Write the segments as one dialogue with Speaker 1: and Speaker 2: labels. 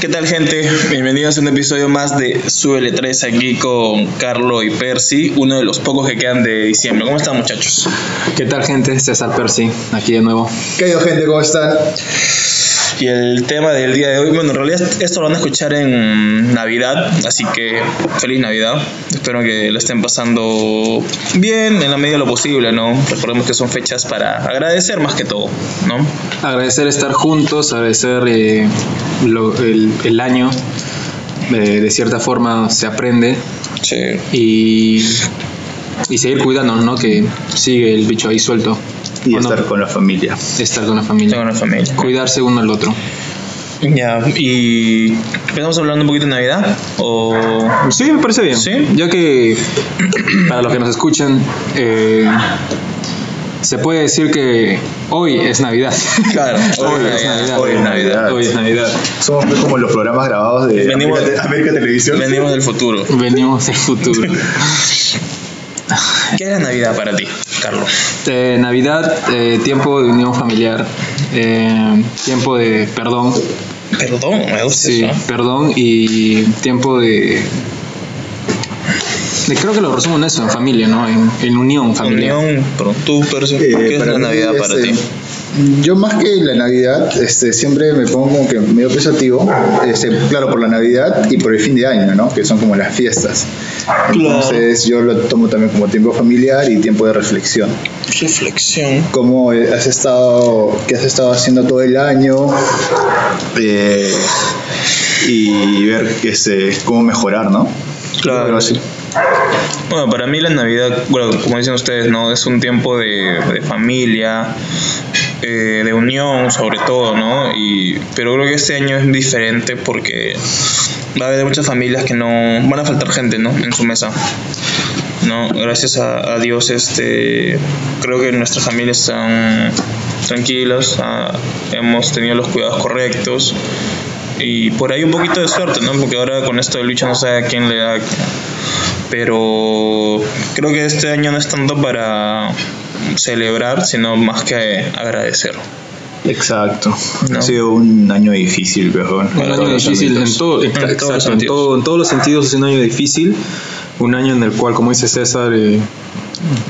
Speaker 1: ¿Qué tal gente? Bienvenidos a un episodio más de Súbele 3 aquí con Carlo y Percy, uno de los pocos que quedan de diciembre. ¿Cómo están muchachos?
Speaker 2: ¿Qué tal gente? César Percy, aquí de nuevo.
Speaker 3: ¿Qué hay, gente? ¿Cómo están?
Speaker 1: Y el tema del día de hoy, bueno, en realidad esto lo van a escuchar en Navidad, así que feliz Navidad. Espero que lo estén pasando bien en la medida de lo posible, ¿no? Recordemos que son fechas para agradecer más que todo, ¿no?
Speaker 2: Agradecer estar juntos, agradecer eh, lo- el, el año. eh, de cierta forma se aprende
Speaker 1: Sí.
Speaker 2: y, y seguir cuidándonos, ¿no? Que sigue el bicho ahí suelto.
Speaker 3: Y
Speaker 2: ¿O no?
Speaker 3: estar con la familia.
Speaker 2: Estar con la
Speaker 1: Tengo
Speaker 2: familia.
Speaker 1: una familia.
Speaker 2: Cuidarse uno al otro.
Speaker 1: Ya, y empezamos hablando un poquito de Navidad o
Speaker 2: Sí, me parece bien.
Speaker 1: Sí.
Speaker 2: Ya que, para los que nos escuchan, eh, se puede decir que hoy es Navidad.
Speaker 1: Claro,
Speaker 2: hoy, es Navidad.
Speaker 1: hoy es Navidad.
Speaker 2: Hoy es Navidad.
Speaker 3: Somos pues como los programas grabados de
Speaker 1: Venimos-
Speaker 3: América, América Televisión.
Speaker 1: Venimos del futuro.
Speaker 2: Venimos del futuro.
Speaker 1: ¿Qué es la Navidad para ti, Carlos?
Speaker 2: Eh, Navidad, eh, tiempo de unión familiar, eh, tiempo de perdón,
Speaker 1: Perdón, me gusta
Speaker 2: sí,
Speaker 1: eso.
Speaker 2: perdón y tiempo de, de- Creo que lo resumo en eso, en familia, ¿no? En, en unión familiar.
Speaker 1: Unión, pero tú, Percy,
Speaker 3: Eh,
Speaker 1: ¿qué es la
Speaker 3: mí,
Speaker 1: Navidad para
Speaker 3: este,
Speaker 1: ti?
Speaker 3: Yo más que la Navidad, este, siempre me pongo como que medio pensativo, este, claro, por la Navidad y por el fin de año, ¿no? Que son como las fiestas. Entonces yo lo tomo también como tiempo familiar y tiempo de reflexión.
Speaker 1: Reflexión.
Speaker 3: ¿Cómo has estado, qué has estado haciendo todo el año? Eh, y ver este, cómo mejorar, ¿no?
Speaker 1: Claro.
Speaker 3: Algo así.
Speaker 1: Bueno, para mí la Navidad, bueno, como dicen ustedes, ¿no? Es un tiempo de, de familia, eh, de unión sobre todo, ¿no? Y, pero creo que este año es diferente porque va a haber muchas familias que no... Van a faltar gente, ¿no? En su mesa. No, gracias a, a Dios, este, creo que nuestras familias están tranquilas, ah, hemos tenido los cuidados correctos y por ahí un poquito de suerte, ¿no? Porque ahora con esto de lucha no sé a quién le da, pero creo que este año no es tanto para celebrar, sino más que agradecer.
Speaker 3: Exacto.
Speaker 1: ¿No?
Speaker 3: Ha sido un año difícil, pero
Speaker 2: Un año difícil en, todo, en,
Speaker 1: todos
Speaker 2: exacto,
Speaker 1: los
Speaker 2: en
Speaker 1: sentidos.
Speaker 2: todo- en todos los sentidos es un año difícil, un año en el cual, como dice César, eh,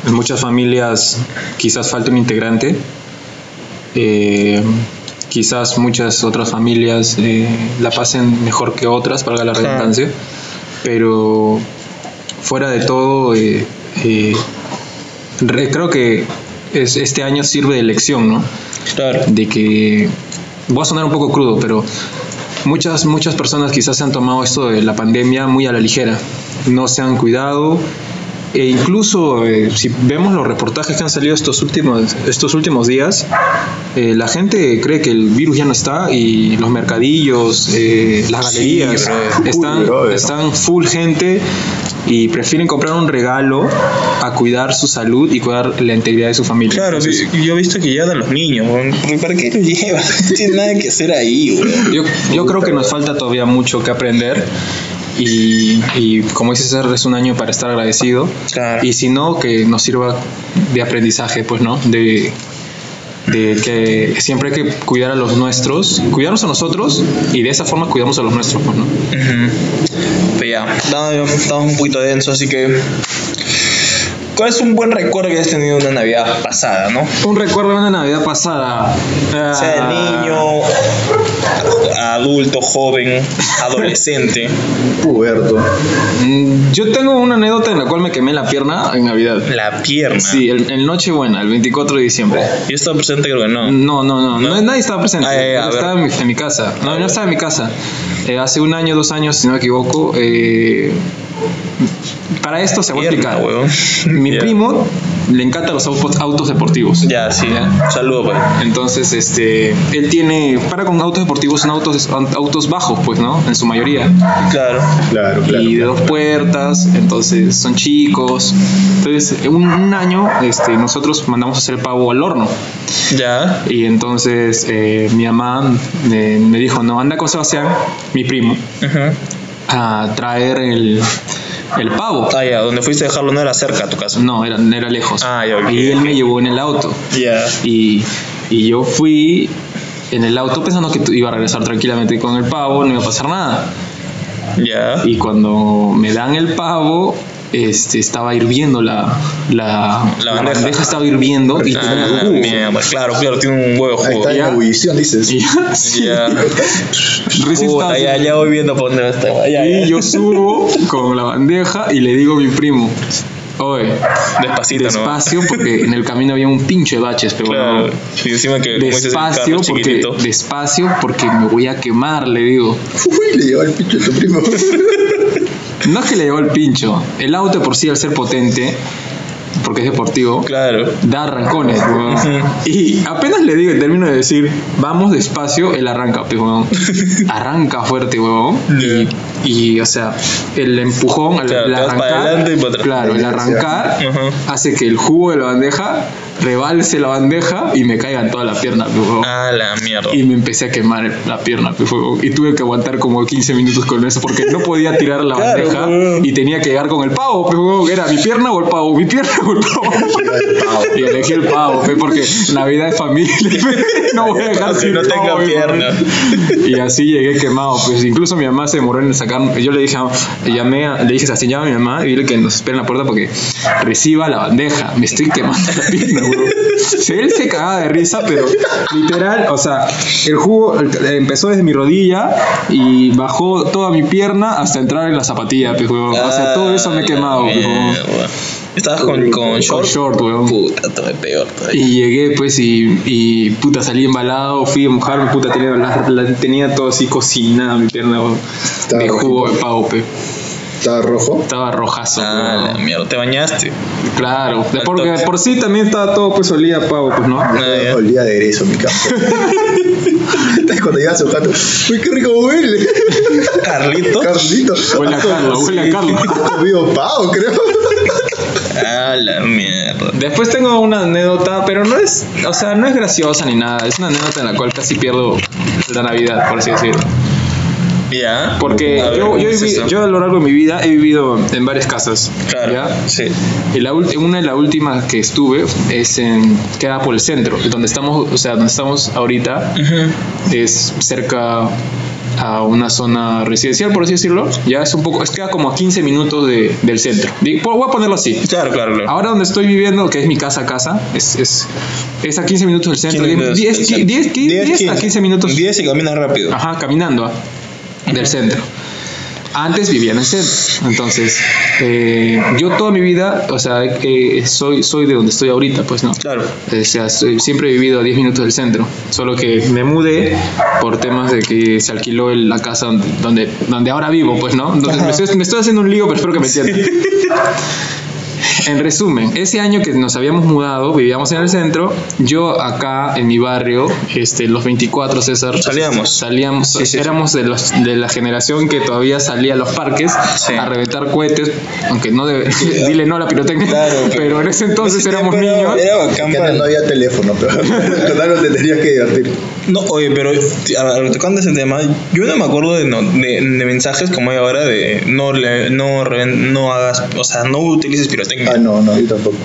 Speaker 2: en muchas familias quizás falta un integrante, eh, quizás muchas otras familias eh, la pasen mejor que otras, valga la redundancia, pero fuera de todo, eh, eh, re- creo que es- este año sirve de lección, ¿no?
Speaker 1: Claro.
Speaker 2: de que voy a sonar un poco crudo, pero muchas muchas personas quizás se han tomado esto de la pandemia muy a la ligera, no se han cuidado e incluso eh, si vemos los reportajes que han salido estos últimos estos últimos días, eh, la gente cree que el virus ya no está y los mercadillos, eh, las
Speaker 1: Sí,
Speaker 2: galerías
Speaker 1: brother.
Speaker 2: están
Speaker 3: Uy, brother.
Speaker 2: están full gente y prefieren comprar un regalo a cuidar su salud y cuidar la integridad de su familia.
Speaker 1: Claro,
Speaker 2: Entonces,
Speaker 1: vi- yo he visto que llevan a los niños, weón. ¿Por- ¿para qué los llevan? No tiene nada que hacer ahí, weón.
Speaker 2: Yo, yo creo que nos falta todavía mucho que aprender y, y como dice César, es un año para estar agradecido
Speaker 1: Claro.
Speaker 2: y si no, que nos sirva de aprendizaje, pues, ¿no? De, de que siempre hay que cuidar a los nuestros, cuidarnos a nosotros y de esa forma cuidamos a los nuestros, pues, ¿no?
Speaker 1: Ujú. Pero ya, no, yo- estamos un poquito denso, así que. ¿Cuál es un buen recuerdo que has tenido de una Navidad pasada, no?
Speaker 2: Un recuerdo de una Navidad pasada. Ah,
Speaker 1: Sea de niño, a- adulto, joven, adolescente.
Speaker 2: eh.
Speaker 3: Puberto.
Speaker 2: mm, Yo tengo una anécdota en la cual me quemé la pierna en Navidad.
Speaker 1: La pierna.
Speaker 2: Sí, el, el Nochebuena, el 24 de diciembre.
Speaker 1: Yo estaba presente, creo que no.
Speaker 2: No, no, no, no, nadie estaba presente.
Speaker 1: Ah, ya, ya,
Speaker 2: Yo
Speaker 1: a
Speaker 2: estaba en mi, en mi casa. No, no estaba en mi casa. Eh, hace un año, dos años, si no me equivoco. eh, para esto se va a
Speaker 1: Pierna,
Speaker 2: explicar.
Speaker 1: weón.
Speaker 2: Mi
Speaker 1: Ya.
Speaker 2: primo le encantan los autos, autos deportivos.
Speaker 1: Ya, sí.
Speaker 2: Ya.
Speaker 1: Saludo, pues.
Speaker 2: Entonces, este, él tiene, para con autos deportivos, son autos, autos bajos, pues, ¿no? En su mayoría
Speaker 1: Claro.
Speaker 3: Claro, claro.
Speaker 2: y de dos puertas, entonces son chicos. Entonces, en un, un año este, nosotros mandamos a hacer el pavo al horno.
Speaker 1: Ya.
Speaker 2: Y entonces eh, mi mamá eh, me dijo, no, anda con Sebastián, mi primo,
Speaker 1: Ujú.
Speaker 2: a traer el, el pavo.
Speaker 1: Ah, ya, donde fuiste a dejarlo no era cerca a tu casa.
Speaker 2: No, era, era lejos.
Speaker 1: Ah, ya, Ah, ok,
Speaker 2: y él me llevó en el auto.
Speaker 1: Ya.
Speaker 2: Y, y yo fui en el auto pensando que iba a regresar tranquilamente con el pavo, no iba a pasar nada.
Speaker 1: Ya.
Speaker 2: Y cuando me dan el pavo, este, estaba hirviendo la, la,
Speaker 1: La
Speaker 2: la
Speaker 1: bandeja.
Speaker 2: bandeja. estaba hirviendo y tenía
Speaker 1: Ah,
Speaker 2: jugo.
Speaker 1: mierda. Claro, claro, tiene un huevo de
Speaker 3: Ahí
Speaker 1: jugo.
Speaker 3: está en
Speaker 2: Ya.
Speaker 3: la ebullición, dices.
Speaker 2: Y así,
Speaker 1: Ya.
Speaker 2: recién estaba-
Speaker 1: Puta, ya, ya voy viendo para dónde va esta weá, ya,
Speaker 2: Y
Speaker 1: ya.
Speaker 2: yo subo con la bandeja y le digo a mi primo, oye,
Speaker 1: Despacito, ¿no?
Speaker 2: despacio porque en el camino había un pinche de baches, pero
Speaker 1: Claro.
Speaker 2: bueno,
Speaker 1: Y encima que como dices, el carro
Speaker 2: despacio porque,
Speaker 1: chiquitito.
Speaker 2: despacio porque me voy a quemar, le digo.
Speaker 3: Uy, le llevó el pincho a tu primo.
Speaker 2: No es que le llegó el pincho. El auto por sí, al ser potente, porque es deportivo,
Speaker 1: Claro.
Speaker 2: da arrancones, weón.
Speaker 1: Ujú.
Speaker 2: Y apenas le digo, termino de decir, vamos despacio, él arranca, pues, weón. Arranca fuerte, weón.
Speaker 1: Ya.
Speaker 2: Y, o sea, el empujón, al
Speaker 1: Claro, te
Speaker 2: el
Speaker 1: vas
Speaker 2: arrancar.
Speaker 1: para adelante y para atrás.
Speaker 2: Claro, el arrancar
Speaker 1: Ujú.
Speaker 2: hace que el jugo de la bandeja rebalse la bandeja y me caiga en toda la pierna, pues, weón.
Speaker 1: A Ah, la mierda.
Speaker 2: Y me empecé a quemar la pierna, pues, weón. y tuve que aguantar como 15 minutos con eso porque no podía tirar la
Speaker 1: Claro,
Speaker 2: bandeja
Speaker 1: weón.
Speaker 2: y tenía que llegar con el pavo, pues, weón. era mi pierna o el pavo, mi pierna o el pavo. Y elegí el pavo, fe, porque Navidad es familia. fe. No voy a dejar
Speaker 1: Aunque
Speaker 2: sin
Speaker 1: no tenga
Speaker 2: pavo, fe,
Speaker 1: pierna.
Speaker 2: porque- Y así llegué quemado. Pues incluso mi mamá se demoró en sacar. Yo le dije, a- llamé, a- le dije así, llama a mi mamá y dile que nos espere en la puerta porque reciba la bandeja. Me estoy quemando la pierna, bro. Él se cagaba de risa, pero literal, o sea, el jugo el- empezó desde mi rodilla y bajó toda mi pierna hasta entrar en la zapatilla, pues, weón. O sea, todo eso me he
Speaker 1: Ah,
Speaker 2: quemado, pues, weón.
Speaker 1: mierda. Estabas con, con
Speaker 2: Con
Speaker 1: short.
Speaker 2: short, weón.
Speaker 1: Puta, todo es peor todavía.
Speaker 2: Y llegué pues y, y, puta salí embalado, fui a mojarme, puta tenía, la, la- tenía todo así cocinada mi pierna weón, de jugo de pavo, pe.
Speaker 3: Estaba rojo.
Speaker 2: estaba rojazo.
Speaker 1: Ah,
Speaker 2: weón.
Speaker 1: la mierda. ¿Te bañaste?
Speaker 3: Ah,
Speaker 2: Claro, de-
Speaker 1: Al
Speaker 2: porque
Speaker 1: toque.
Speaker 2: por sí también estaba todo pues olía a pavo, pues no.
Speaker 1: Ah, ya.
Speaker 3: Olía de aderezo mi campo. Cuando llega su gato, uy, qué rico huele.
Speaker 1: ¿Carlito?
Speaker 3: Carlito.
Speaker 2: Huele a Carlos, huele a Carlos.
Speaker 3: Ha comido pavo, creo.
Speaker 1: A Ah, la mierda.
Speaker 2: Después tengo una anécdota, pero no es, o sea, no es graciosa ni nada, es una anécdota en la cual casi pierdo la Navidad, por así decirlo.
Speaker 1: Ya.
Speaker 2: Porque
Speaker 1: A ver,
Speaker 2: yo,
Speaker 1: ¿cómo
Speaker 2: yo, he
Speaker 1: es
Speaker 2: vivi-
Speaker 1: eso?
Speaker 2: yo a lo largo de mi vida he vivido en varias casas.
Speaker 1: Claro.
Speaker 2: ¿ya?
Speaker 1: Sí.
Speaker 2: Y la ult- una de las últimas que estuve es en, queda por el centro, donde estamos, o sea, donde estamos ahorita
Speaker 1: Ujú.
Speaker 2: es cerca a una zona residencial, por así decirlo. Ya es un poco, es queda como a 15 minutos de- del centro. Di- po- Voy a ponerlo así.
Speaker 1: Claro, claro, claro.
Speaker 2: Ahora donde estoy viviendo, que es mi casa, casa, es, es, es a 15 minutos del centro. 10, 10, 10, 10 a 15 minutos.
Speaker 1: 10 y caminas rápido.
Speaker 2: Ajá, caminando ah, del centro. Antes vivía en el centro, entonces eh, yo toda mi vida, o sea, eh, soy, soy de donde estoy ahorita, pues no.
Speaker 1: Claro.
Speaker 2: O sea, soy- eh, siempre he vivido a 10 minutos del centro, solo que me mudé por temas de que se alquiló el- la casa donde, donde, donde ahora vivo, pues no. Entonces me estoy, me estoy haciendo un lío, pero espero que me entiendan. En resumen, ese año que nos habíamos mudado, vivíamos en el centro, yo acá en mi barrio, este, los 24 César,
Speaker 1: Salíamos.
Speaker 2: salíamos,
Speaker 1: Sí, sí, sí.
Speaker 2: éramos de, los, de la generación que todavía salía a los parques
Speaker 1: Sí.
Speaker 2: a reventar cohetes, aunque no debe, dile no a la pirotecnia,
Speaker 1: Claro,
Speaker 2: pero,
Speaker 1: pero-
Speaker 2: en ese entonces
Speaker 1: Ese
Speaker 2: éramos
Speaker 1: tiempo era-
Speaker 2: niños.
Speaker 1: Era
Speaker 3: Que
Speaker 1: bacán para-
Speaker 3: antes no había teléfono, pero con algo te tenías que divertir.
Speaker 1: No, oye, pero a- a- tocando ese tema, yo no me acuerdo de, no- de, de mensajes como hay ahora de no le- no, re- no hagas, o sea, no utilices pirotecnia.
Speaker 2: Mm.
Speaker 3: Ah, no, no, yo tampoco.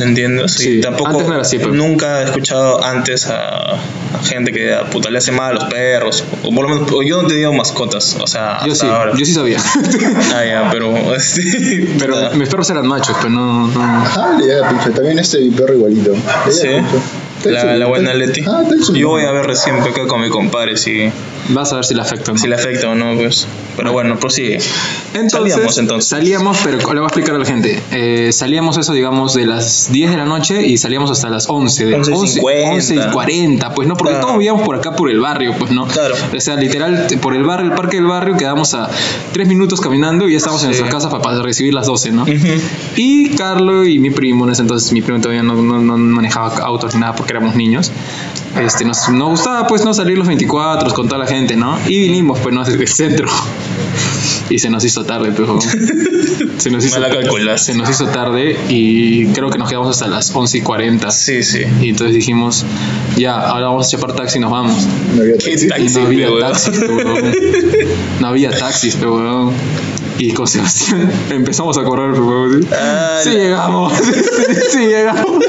Speaker 1: Entiendo, sí,
Speaker 2: Sí,
Speaker 1: tampoco.
Speaker 2: antes no era así, pero-
Speaker 1: Nunca he escuchado antes a, a gente que a puta, le hace mal a los perros. O por lo menos, o yo no he tenido mascotas, o sea,
Speaker 2: Yo
Speaker 1: hasta
Speaker 2: sí,
Speaker 1: ahora.
Speaker 2: yo sí sabía.
Speaker 1: Ah, ya, pero. este,
Speaker 2: Pero
Speaker 1: puta.
Speaker 2: mis perros eran machos, pero no, no.
Speaker 3: Ajá, le llega la pincho. También este mi perro igualito. Le llega
Speaker 1: Sí,
Speaker 3: el pincho. Está en
Speaker 1: la,
Speaker 3: su-
Speaker 1: la buena
Speaker 3: está-
Speaker 1: Leti.
Speaker 3: Ah, está en su-
Speaker 1: Yo
Speaker 2: eh,
Speaker 1: voy a ver recién acá con mi compadre si,
Speaker 2: Vas a ver si le afecta. o no.
Speaker 1: si le afecta o no, pues. Pero bueno, prosigue.
Speaker 2: Entonces,
Speaker 1: Salíamos,
Speaker 2: salíamos,
Speaker 1: entonces.
Speaker 2: pero le voy a explicar a la gente. Eh, salíamos eso, digamos, de las 10 de la noche y salíamos hasta las 11. de-
Speaker 1: 11:50.
Speaker 2: 11 y 40, pues no, porque
Speaker 1: Claro.
Speaker 2: todos vivíamos por acá, por el barrio, pues no.
Speaker 1: Claro.
Speaker 2: O sea, literal, te- por el barrio, el parque del barrio, quedamos a 3 minutos caminando y ya estábamos en
Speaker 1: Sí.
Speaker 2: nuestra casa para, recibir las 12, ¿no?
Speaker 1: Ujú.
Speaker 2: Y Carlos y mi primo, en ese entonces mi primo todavía no, no- no manejaba autos ni nada porque éramos niños. Este, nos, nos gustaba pues no salir los 24 con toda la gente, ¿no? Y vinimos pues no del centro. Y se nos hizo tarde, pero se nos hizo
Speaker 1: Mala calculaste.
Speaker 2: se nos hizo tarde y creo que nos quedamos hasta las 11 y 40.
Speaker 1: Sí, sí.
Speaker 2: Y entonces dijimos, ya, ahora vamos a chapar taxi y nos vamos.
Speaker 3: No había
Speaker 1: ¿Qué
Speaker 3: taxi.
Speaker 1: tal?
Speaker 2: Y
Speaker 1: Taxi,
Speaker 2: no había
Speaker 1: weón.
Speaker 2: taxis, pe, weón. No había taxis, pe, weón. Y con Sebastián empezamos a correr, pe, weón.
Speaker 1: Ah,
Speaker 2: Sí
Speaker 1: la-
Speaker 2: llegamos, sí llegamos.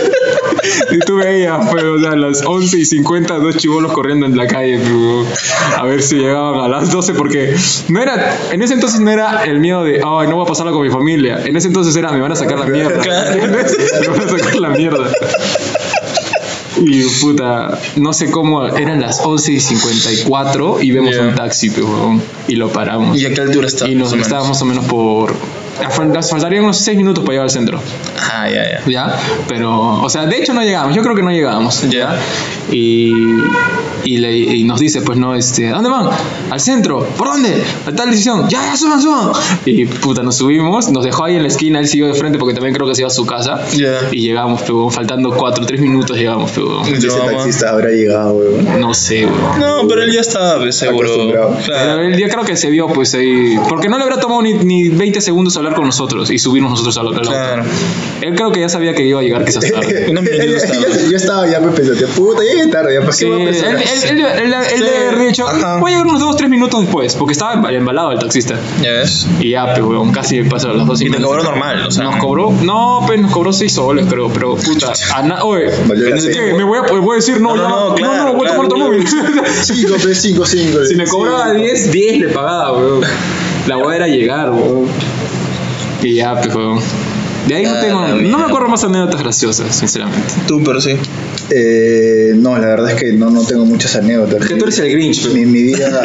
Speaker 2: Y tú veías, pues, o sea, a las 11 y 50, dos chivolos corriendo en la calle, pues, a ver si llegaban a las 12, porque no era, en ese entonces no era el miedo de, ay, no voy a pasarlo con mi familia. En ese entonces era, me van a sacar la mierda.
Speaker 1: Claro.
Speaker 2: ¿entiendes? Me van a sacar la mierda. Y puta, no sé cómo, eran las 11 y 54 y vemos
Speaker 1: Ya.
Speaker 2: un taxi, pues, huevón, y lo paramos.
Speaker 1: ¿Y a qué altura está?
Speaker 2: Y nos estábamos más o menos por. afal- Nos faltarían unos 6 minutos para llegar al centro,
Speaker 1: Ah, ya, ya.
Speaker 2: ¿ya? Pero, o sea, de hecho no llegábamos, yo creo que no llegábamos, ¿ya?
Speaker 1: Ya.
Speaker 2: Y, y, le- y nos dice, pues no, este, ¿a dónde van? Al centro, ¿por dónde? A tal decisión, ya, ya, suban, suban. Y puta, nos subimos, nos dejó ahí en la esquina, él siguió de frente porque también creo que se iba a su casa.
Speaker 1: Ya.
Speaker 2: Y llegamos, pero faltando 4, 3 minutos llegamos, pero
Speaker 1: Yo,
Speaker 3: Ese
Speaker 1: mamá.
Speaker 3: taxista habrá llegado, weón.
Speaker 2: no sé, weón.
Speaker 1: No, pero él ya estaba pues, seguro.
Speaker 3: Acostumbrado.
Speaker 2: Pero
Speaker 1: Claro.
Speaker 2: él, yo creo que se vio pues ahí. Porque no le habrá tomado ni, ni 20 segundos hablar con nosotros y subirnos nosotros al al auto.
Speaker 1: Claro.
Speaker 2: Él creo que ya sabía que iba a llegar quizás tarde.
Speaker 1: Unos minutos tarde.
Speaker 3: Yo estaba ya me pensé, puta, llegué tarde, ya
Speaker 2: Sí,
Speaker 3: pasé
Speaker 2: él, él,
Speaker 3: una
Speaker 2: él,
Speaker 3: persona.
Speaker 2: él- él- él
Speaker 1: Sí.
Speaker 2: debe haber dicho,
Speaker 1: Ajá.
Speaker 2: voy a llegar unos 2 3 minutos después, porque estaba embal- embalado el taxista.
Speaker 1: Ya ves.
Speaker 2: Y ya, pues, weón, casi pasaron las 2 y
Speaker 1: Y te
Speaker 2: media.
Speaker 1: cobró normal, o sea.
Speaker 2: Nos cobró, no, pues nos cobró 6 soles, creo, pero puta, a na- oye,
Speaker 3: Valió la
Speaker 2: en el
Speaker 3: pena.
Speaker 2: ticket me voy a, pues, voy a decir,
Speaker 1: No,
Speaker 2: no, ya,
Speaker 1: no,
Speaker 2: no,
Speaker 1: claro,
Speaker 2: no, voy a tomar otro
Speaker 1: claro.
Speaker 2: móvil.
Speaker 3: Cinco, pe, cinco, cinco.
Speaker 2: Si me cobraba 10, 10 le pagaba, weón. La weá era llegar, weón. Y ya, pues, weón. De ahí no
Speaker 1: Ah,
Speaker 2: tengo.
Speaker 1: la
Speaker 2: No me
Speaker 1: mierda.
Speaker 2: acuerdo más anécdotas graciosas, sinceramente.
Speaker 1: Tú, pero sí.
Speaker 3: Eh, no, la verdad es que no, no tengo muchas anécdotas.
Speaker 2: Que tú eres el Grinch, pues. pe.
Speaker 3: Mi, mi vida.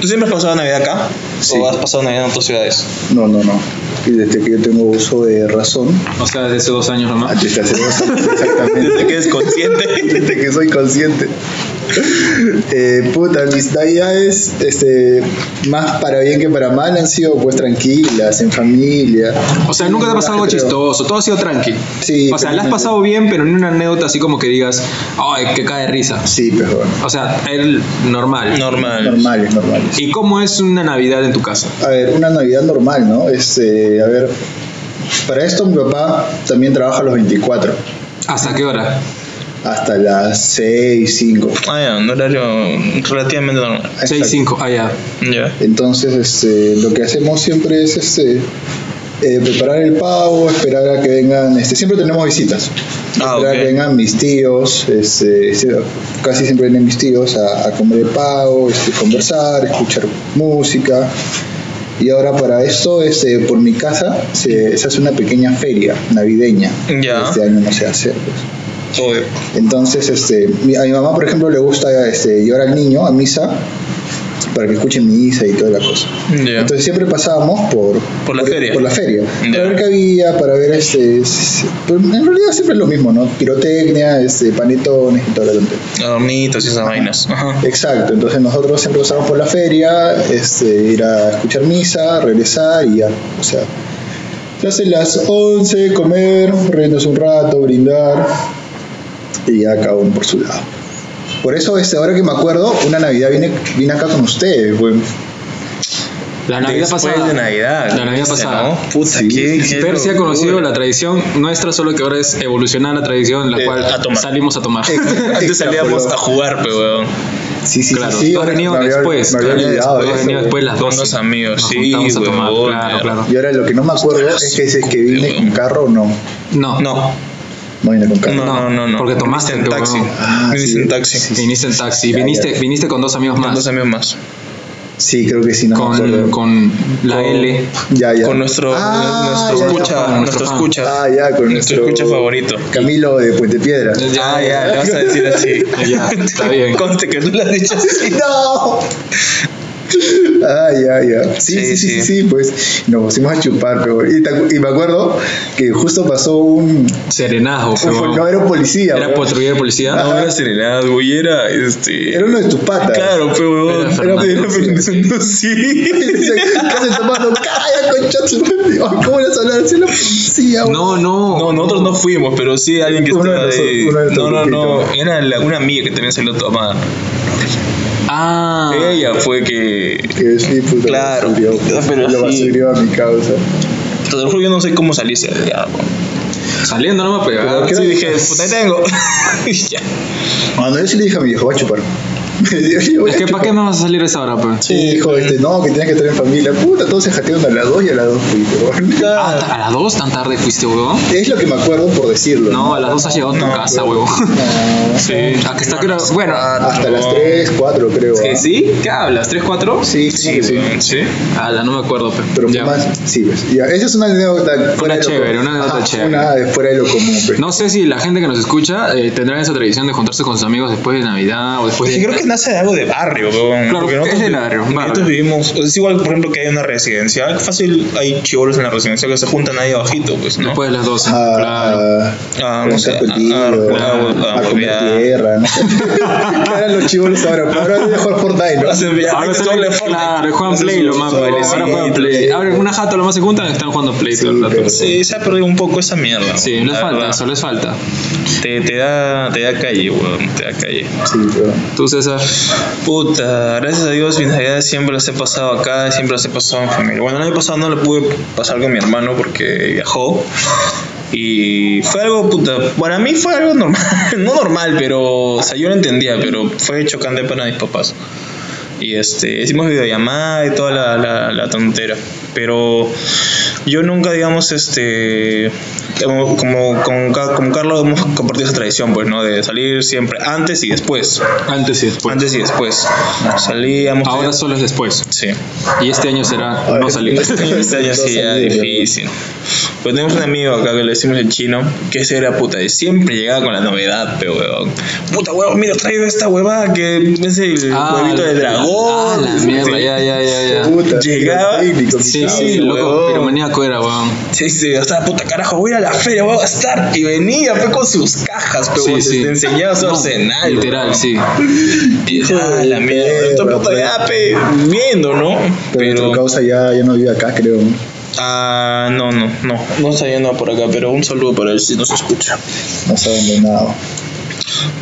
Speaker 1: ¿Tú siempre has pasado Navidad acá?
Speaker 3: Sí.
Speaker 1: ¿O has pasado Navidad en otras ciudades?
Speaker 3: No, no, no. Y Desde que yo tengo uso de razón.
Speaker 2: O sea, desde hace dos años nomás.
Speaker 3: Desde hace dos años, exactamente.
Speaker 1: Desde que eres consciente.
Speaker 3: Desde que soy consciente. Eh, puta, mis navidades, este, más para bien que para mal, han sido pues tranquilas, en familia.
Speaker 2: O sea, nunca te ha pasado algo
Speaker 3: Creo.
Speaker 2: chistoso, todo ha sido tranqui.
Speaker 3: Sí,
Speaker 2: O sea, la has
Speaker 3: felizmente.
Speaker 2: pasado bien, pero ni una anécdota así como que digas, ay, que cae de risa.
Speaker 3: Sí, pero bueno,
Speaker 2: O sea, el normal.
Speaker 1: Normal.
Speaker 3: normales, normales.
Speaker 2: ¿Y cómo es una Navidad en tu casa?
Speaker 3: A ver, una Navidad normal, ¿no? Este, a ver, para esto mi papá también trabaja los 24,
Speaker 2: ¿Hasta qué hora?
Speaker 3: hasta las 6, 5.
Speaker 1: Ah, ya, un horario relativamente normal.
Speaker 2: Seis, cinco, ah, ya.
Speaker 1: Ya.
Speaker 3: Entonces, este, lo que hacemos siempre es este, eh, preparar el pavo, esperar a que vengan, este, siempre tenemos visitas.
Speaker 1: Ah,
Speaker 3: esperar a que
Speaker 1: ok.
Speaker 3: vengan mis tíos, este, se- casi siempre vienen mis tíos a, a comer el pavo, este, conversar, escuchar música. Y ahora para esto, este, por mi casa, se, se hace una pequeña feria navideña.
Speaker 1: Ya.
Speaker 3: Este año no se hace. pues.
Speaker 1: Obvio.
Speaker 3: Entonces, este, mi- a mi mamá, por ejemplo, le gusta este, llevar al niño a misa para que escuche misa y toda la cosa.
Speaker 1: Ya.
Speaker 3: Entonces siempre pasábamos por,
Speaker 1: Por la feria.
Speaker 3: por la feria.
Speaker 1: Ya.
Speaker 3: Para ver qué había, para ver este. s- pero en realidad siempre es lo mismo, ¿no? Pirotecnia, este, panetones y todo lo demás.
Speaker 1: Adornitos y esas vainas. Ajá.
Speaker 3: Exacto, entonces nosotros siempre pasábamos por la feria, este, ir a escuchar misa, regresar y ya. O sea, se hace las 11, comer, reírnos un rato, brindar y ya cada uno por su lado. Por eso, este, ahora que me acuerdo, una Navidad vine, vine acá con ustedes, güey.
Speaker 2: La Navidad
Speaker 1: Después
Speaker 2: pasada.
Speaker 1: de Navidad.
Speaker 2: La Navidad
Speaker 1: ¿viste,
Speaker 2: pasada.
Speaker 1: ¿no? Puta,
Speaker 3: Sí.
Speaker 1: qué, qué
Speaker 2: Persia ha
Speaker 1: locura.
Speaker 2: conocido la tradición nuestra, solo que ahora es evolucionar la tradición, la
Speaker 1: Eh,
Speaker 2: cual
Speaker 1: a tomar.
Speaker 2: salimos a tomar.
Speaker 1: Antes salíamos a jugar, pero weón.
Speaker 3: Sí, sí,
Speaker 2: claro,
Speaker 3: sí, sí.
Speaker 2: tú has
Speaker 3: ahora
Speaker 2: venido
Speaker 3: me había-
Speaker 2: después.
Speaker 3: me había
Speaker 2: tú has venido
Speaker 3: olvidado ¿eh?
Speaker 2: después,
Speaker 3: de
Speaker 2: has venido
Speaker 3: eso.
Speaker 2: después las
Speaker 1: Con
Speaker 2: 12.
Speaker 1: los amigos,
Speaker 2: Nos
Speaker 1: sí,
Speaker 2: juntamos a tomar,
Speaker 1: huevón,
Speaker 2: claro,
Speaker 1: mierda.
Speaker 2: claro.
Speaker 3: Y ahora lo que no me acuerdo es que si es que vine con carro o no.
Speaker 2: No,
Speaker 1: No,
Speaker 3: No vine con carro.
Speaker 1: no, no, no, no.
Speaker 2: porque tomaste,
Speaker 1: Viniste en
Speaker 2: pero
Speaker 1: taxi.
Speaker 2: no.
Speaker 3: Ah,
Speaker 1: Viniste
Speaker 3: sí,
Speaker 1: en taxi.
Speaker 3: sí,
Speaker 2: viniste en taxi,
Speaker 3: Ya,
Speaker 2: viniste,
Speaker 3: ya.
Speaker 2: viniste con dos amigos
Speaker 1: Con
Speaker 2: más.
Speaker 1: dos amigos más.
Speaker 3: Sí, creo que sí, no me
Speaker 2: Con,
Speaker 3: acuerdo.
Speaker 2: con la
Speaker 1: Con-
Speaker 2: L.
Speaker 3: ya, ya.
Speaker 1: Con nuestro,
Speaker 3: Ah,
Speaker 1: nuestro
Speaker 3: ya, ya.
Speaker 1: escucha,
Speaker 2: Fan, nuestro
Speaker 1: nuestro
Speaker 2: fan.
Speaker 1: escucha.
Speaker 3: Ah, ya, con
Speaker 1: nuestro escucha favorito.
Speaker 3: Camilo de Puente Piedra.
Speaker 1: Ah, ya, le vas a decir así.
Speaker 2: Ya, está bien.
Speaker 1: Conste que tú lo has dicho así.
Speaker 3: ¡No! Ah, ya, ya. Sí sí sí,
Speaker 1: Sí,
Speaker 3: sí,
Speaker 1: sí.
Speaker 3: pues nos pusimos a chupar, pero. Y, te acu- y me acuerdo que justo pasó un.
Speaker 2: Serenajo,
Speaker 3: un-
Speaker 2: weón.
Speaker 3: no, era un policía.
Speaker 2: Era
Speaker 3: weón.
Speaker 2: patrullero de policía.
Speaker 1: No era serenada, güey, era este.
Speaker 3: Era uno de tus patas.
Speaker 1: Claro, pero
Speaker 2: Era
Speaker 1: weón.
Speaker 2: Fernando,
Speaker 1: Era Fernando, sí.
Speaker 3: Dice, ¿Qué haces tomando? ¡Calla, concha! tu madre! Ay, ¿Cómo eres hablar así a la policía? weón?
Speaker 2: No, no.
Speaker 1: No, nosotros no fuimos, pero sí alguien que
Speaker 3: Uno de
Speaker 1: estaba
Speaker 3: nosotros,
Speaker 1: ahí.
Speaker 3: uno de
Speaker 1: No,
Speaker 3: nuestros
Speaker 1: no, no.
Speaker 3: grupitos.
Speaker 1: Era la- una amiga que también se lo tomaba.
Speaker 2: Ah,
Speaker 1: Ella fue que.
Speaker 3: Que sí, puta,
Speaker 1: Claro,
Speaker 3: lo basurió,
Speaker 1: puta, pero
Speaker 3: lo
Speaker 1: sí.
Speaker 3: basurió a mi causa.
Speaker 1: Te lo juro, yo no sé cómo salí ese día. weón.
Speaker 2: saliendo no me
Speaker 3: Pero
Speaker 2: pegaba.
Speaker 3: ¿qué
Speaker 1: Sí,
Speaker 3: era?
Speaker 1: dije, puta, ahí tengo. Y ya.
Speaker 3: Ah, no, yo sí le dije a mi viejo, va a chupar.
Speaker 2: Es que ¿para qué me vas a salir a esa hora, pues?
Speaker 3: Sí, dijo este, no, que tienes que estar en familia. Puta, todos se jatearon a las 2 y a las 2 fuiste, weón.
Speaker 2: Ah, ¿A las 2 tan tarde fuiste, huevón?
Speaker 3: Ah, Es lo que me acuerdo por decirlo.
Speaker 2: No, a las 2 has llegado a tu
Speaker 1: No,
Speaker 2: casa,
Speaker 1: pero-
Speaker 2: huevón.
Speaker 3: Ah,
Speaker 2: Sí. ¿A que está que era-
Speaker 1: las
Speaker 2: Bueno,
Speaker 1: cuatro.
Speaker 3: Hasta las 3, 4 creo.
Speaker 2: ¿que
Speaker 3: ah.
Speaker 2: sí? ¿Qué hablas? ¿3, 4?
Speaker 3: Sí, sí, sí.
Speaker 1: Sí.
Speaker 2: Ala, no me acuerdo, pues.
Speaker 3: Pero fue
Speaker 2: Ya.
Speaker 3: más, sí, pues. Ya, esa es una anécdota. fuera de lo
Speaker 2: chévere,
Speaker 3: común.
Speaker 2: una anécdota
Speaker 3: Ajá,
Speaker 2: chévere.
Speaker 3: Una de fuera de lo común, pues.
Speaker 2: No sé si la gente que nos escucha eh, tendrá esa tradición de juntarse con sus amigos después de Navidad o después
Speaker 1: Pues Sí,
Speaker 2: de...
Speaker 1: creo que nace de algo de barrio, weón.
Speaker 2: Claro,
Speaker 1: Porque
Speaker 2: es
Speaker 1: nosotros,
Speaker 2: de barrio, barrio.
Speaker 1: Nosotros vivimos. pues, Es igual, por ejemplo, que hay una residencia. ah, Fácil, hay chivolos en la residencia que se juntan ahí abajito, pues, ¿no?
Speaker 2: Después de las 12.
Speaker 3: A-
Speaker 2: claro.
Speaker 3: a-
Speaker 1: Ah, no sé,
Speaker 3: a-
Speaker 1: a-
Speaker 3: a-
Speaker 1: a-
Speaker 3: a-
Speaker 1: a-
Speaker 3: a
Speaker 1: a-
Speaker 3: comer
Speaker 1: a-
Speaker 3: tierra, ¿no? Que eran los chivolos ahora? pero Ahora es mejor Fortnite, ¿no?
Speaker 1: Hacen viajes,
Speaker 2: Ahora
Speaker 1: todo
Speaker 2: salen,
Speaker 1: le forman.
Speaker 2: claro, juegan
Speaker 1: Hacen
Speaker 2: Play pues.
Speaker 1: sus
Speaker 2: lo más, ahora
Speaker 1: bailes,
Speaker 2: juegan
Speaker 1: sí,
Speaker 2: Play. Ahora una jata lo más se juntan, están jugando Play todo el rato.
Speaker 3: pero-
Speaker 2: Sí,
Speaker 1: Sí, se ha perdido un poco esa mierda. weón,
Speaker 2: les
Speaker 1: la
Speaker 2: falta,
Speaker 1: verdad.
Speaker 2: eso les falta.
Speaker 1: Te, te da, te da calle, weón. Te da calle.
Speaker 3: Sí, pero.
Speaker 2: Tú, César,
Speaker 1: Puta, gracias a Dios mis navidades siempre las he pasado acá, siempre las he pasado en familia. Bueno, el año pasado no lo pude pasar con mi hermano porque viajó. Y fue algo, puta, para mí fue algo normal, no normal, pero, o sea, yo lo entendía, pero fue chocante para mis papás. Y este, hicimos videollamada y toda la, la, la tontera. Pero yo nunca, digamos, este, como, como, como, Ca- como Carlos hemos compartido esa tradición, pues, ¿no? De salir siempre antes y después.
Speaker 2: antes y después.
Speaker 1: Pues Antes y después. Salíamos.
Speaker 2: Ahora solo es después.
Speaker 1: Sí.
Speaker 2: Y este año será no salir.
Speaker 1: Este año sí era difícil. Pues tenemos un amigo acá que le decimos el chino, que ese era puta, y siempre llegaba con la novedad, pero huevón. Puta huevón, mira, traigo esta huevada que es el huevito de
Speaker 2: Ah,
Speaker 1: dragón.
Speaker 2: la Ah, mierda, ya, ya, ya, ya.
Speaker 3: Puta,
Speaker 1: Llegaba-
Speaker 3: pirotécnico,
Speaker 2: Sí,
Speaker 3: mi
Speaker 2: sí,
Speaker 3: chavo.
Speaker 2: loco,
Speaker 1: huevón.
Speaker 2: piromaníaco era, weón.
Speaker 1: Sí, sí, o sea, puta carajo, voy a ir a la feria, voy a gastar. Y venía, fue con sus cajas, pero
Speaker 2: Sí,
Speaker 1: te,
Speaker 2: sí.
Speaker 1: te enseñaba su
Speaker 2: No,
Speaker 1: arsenal.
Speaker 2: Literal,
Speaker 1: huevón.
Speaker 2: sí.
Speaker 1: Y, ah, la mierda, esto puta ya, pe, viendo, ¿no?
Speaker 3: Pero tu causa ya, ya no vive acá, creo. ¿no?
Speaker 1: Ah, no, no, no. No está yendo por acá, pero un saludo para él si no se escucha.
Speaker 3: Nos ha abandonado.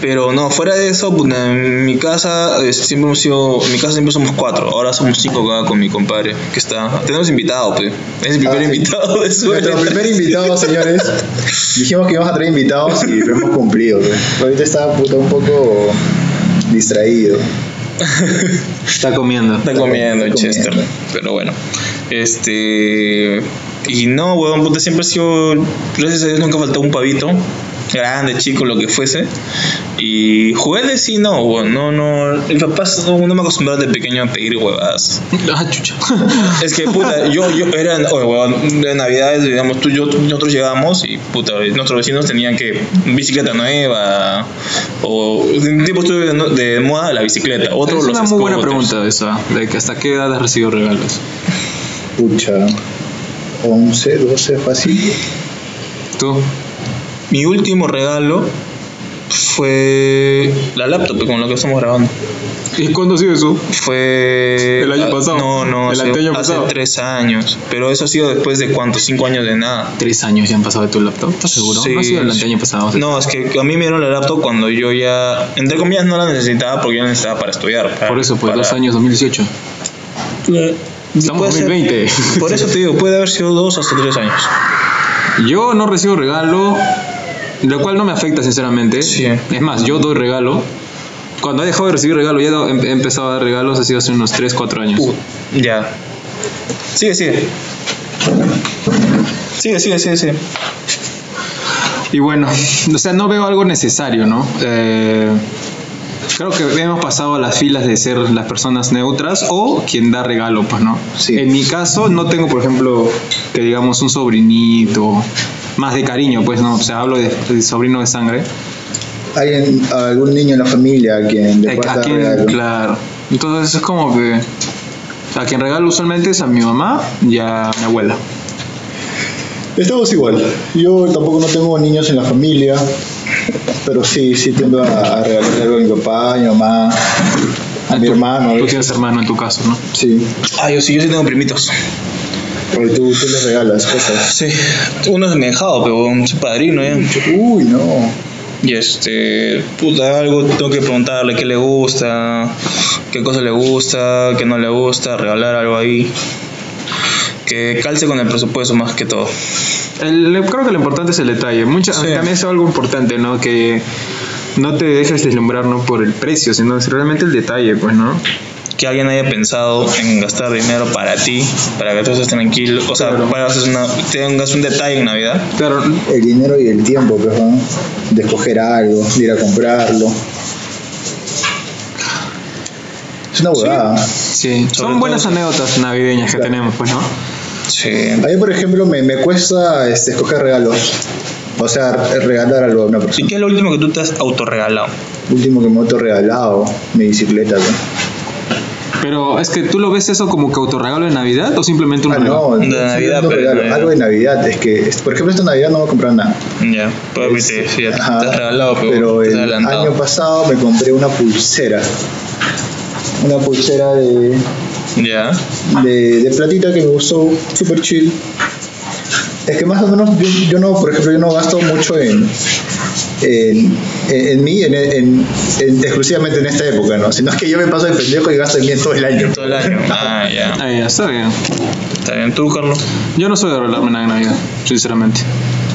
Speaker 1: Pero no, fuera de eso, puta, en mi casa eh, siempre hemos sido. En mi casa siempre somos cuatro. Ahora somos cinco acá con mi compadre, que está. Tenemos invitado, pues. Es el primer
Speaker 3: Ah, sí.
Speaker 1: invitado de su
Speaker 3: Nuestro primer invitado, señores. Dijimos que íbamos a traer invitados y lo hemos cumplido. güey. Ahorita está puta un poco distraído.
Speaker 2: Está comiendo.
Speaker 1: Está comiendo en
Speaker 3: Está comiendo.
Speaker 1: Chester. Pero bueno. Este. Y no, huevón, puta, siempre ha sido. Gracias a Dios nunca faltó un pavito. Grande, chico, lo que fuese. Y juguetes sí, no, huevón. No, no. Mis papás no, no me acostumbraron de pequeño a pedir huevadas.
Speaker 2: Ah, chucha.
Speaker 1: Es que, puta, yo, yo era, oye, weón, de Navidades, digamos, tú, yo, nosotros llegábamos y, puta, nuestros vecinos tenían que bicicleta nueva, o un tiempo estuve de, de moda la bicicleta, otro
Speaker 2: es
Speaker 1: los
Speaker 2: una muy buena
Speaker 1: scooters.
Speaker 2: pregunta esa, de que hasta qué edad has recibido regalos.
Speaker 3: Pucha. 11, 12, fácil.
Speaker 2: ¿Tú?
Speaker 1: Mi último regalo fue la laptop con la que estamos grabando.
Speaker 2: ¿Y cuándo ha sido eso?
Speaker 1: Fue.
Speaker 2: El año
Speaker 1: ah,
Speaker 2: pasado.
Speaker 1: No, no,
Speaker 2: El
Speaker 1: hace,
Speaker 2: anteaño
Speaker 1: hace
Speaker 2: pasado.
Speaker 1: tres años. Pero eso ha sido después de cuánto, cinco años de nada.
Speaker 2: Tres años ya han pasado de tu laptop, ¿estás seguro?
Speaker 1: Sí,
Speaker 2: no ha sido el
Speaker 1: sí.
Speaker 2: año pasado.
Speaker 1: No, es que a mí me dieron la laptop cuando yo ya, entre comillas, no la necesitaba porque yo la necesitaba para estudiar. para-
Speaker 2: Por eso, pues
Speaker 1: para-
Speaker 2: dos años, 2018.
Speaker 1: Eh,
Speaker 2: Estamos
Speaker 1: puede ser-
Speaker 2: 2020.
Speaker 1: por eso te digo, puede haber sido dos hasta tres años.
Speaker 2: Yo no recibo regalo, lo cual no me afecta, sinceramente.
Speaker 1: Sí.
Speaker 2: Es más, yo doy regalo. Cuando he dejado de recibir regalo, ya he dado- he empezado a dar regalos, ha sido hace unos 3, 4 años.
Speaker 1: Ya. Sigue, sigue. Sigue, sigue, sigue, sigue.
Speaker 2: Y bueno, o sea, no veo algo necesario, ¿no? Eh, creo que hemos pasado a las filas de ser las personas neutras o quien da regalo, pues, ¿no?
Speaker 3: Sí.
Speaker 2: En mi caso, no tengo, por ejemplo, que digamos un sobrinito, más de cariño, pues, ¿no? O sea, hablo de, de sobrino de sangre.
Speaker 3: ¿Hay algún niño en la familia a quien le
Speaker 2: Eh,
Speaker 3: pueda
Speaker 2: a
Speaker 3: dar
Speaker 2: quien-
Speaker 3: regalo?
Speaker 2: claro. Entonces es como que... A quien regalo usualmente es a mi mamá y a mi abuela.
Speaker 3: Estamos igual. Yo tampoco no tengo niños en la familia, pero sí, sí tiendo a, a regalarle algo a mi papá, a mi mamá, a mi
Speaker 2: Tú-
Speaker 3: hermano. a
Speaker 2: Tú
Speaker 3: veces.
Speaker 2: tienes hermano en tu caso, ¿no?
Speaker 3: Sí,
Speaker 1: Ah, yo sí, yo sí tengo primitos.
Speaker 3: porque tú, tú les regalas cosas.
Speaker 1: Sí. Uno es mejado, pero un padrino, ¿eh?
Speaker 3: Uy, no.
Speaker 1: Y este, puta, algo tengo que preguntarle qué le gusta, qué cosa le gusta, qué no le gusta, regalar algo ahí. Que calce con el presupuesto más que todo.
Speaker 2: El- creo que lo importante es el detalle. Mucha,
Speaker 1: Sí.
Speaker 2: También es algo importante, ¿no? Que no te dejes deslumbrar no por el precio, sino es realmente el detalle, pues, ¿no?
Speaker 1: que alguien haya pensado en gastar dinero para ti, para que tú estés tranquilo, o sea,
Speaker 2: Claro.
Speaker 1: para que haces una- tengas un detalle en Navidad.
Speaker 2: Claro,
Speaker 3: El dinero y el tiempo, pues, ¿no? De escoger algo, de ir a comprarlo. Es una huevada.
Speaker 2: sí.
Speaker 1: Sobre
Speaker 2: Son buenas
Speaker 1: todo-
Speaker 2: anécdotas navideñas que tenemos, pues, ¿no?
Speaker 1: Sí.
Speaker 3: A mí, por ejemplo, me, me cuesta este, escoger regalos. O sea, regalar algo a una
Speaker 1: ¿Y
Speaker 3: persona.
Speaker 1: qué es lo último que tú te has autorregalado?
Speaker 3: Último que me auto regalado, mi bicicleta. ¿no?
Speaker 2: Pero es que tú lo ves eso como que autorregalo de Navidad o simplemente un
Speaker 3: Ah,
Speaker 2: regalo?
Speaker 3: no,
Speaker 1: De
Speaker 3: sí,
Speaker 1: Navidad,
Speaker 3: autorregalo,
Speaker 1: pero de Navidad.
Speaker 3: algo de Navidad. Es que, es- por ejemplo, esta Navidad no voy a comprar nada.
Speaker 1: Ya, papi, te, sí, ya te
Speaker 3: Ajá,
Speaker 1: has regalado, pero, te has
Speaker 3: el
Speaker 1: Ah, adelantado.
Speaker 3: año pasado me compré una pulsera. Una pulsera de,
Speaker 1: Ya.
Speaker 3: de, de platita que me gustó, super chill. Es que más o menos yo, yo no, por ejemplo, yo no gasto mucho en en, en, en mí, en, en- en- exclusivamente en esta época, ¿no? Sino que yo me paso de pendejo y gasto en mí en todo el año.
Speaker 1: Todo el año. Ah, ya.
Speaker 2: Ah, ya, está bien.
Speaker 1: Está bien, tú, Carlos.
Speaker 2: Yo no soy de regalarme nada en Navidad, sinceramente.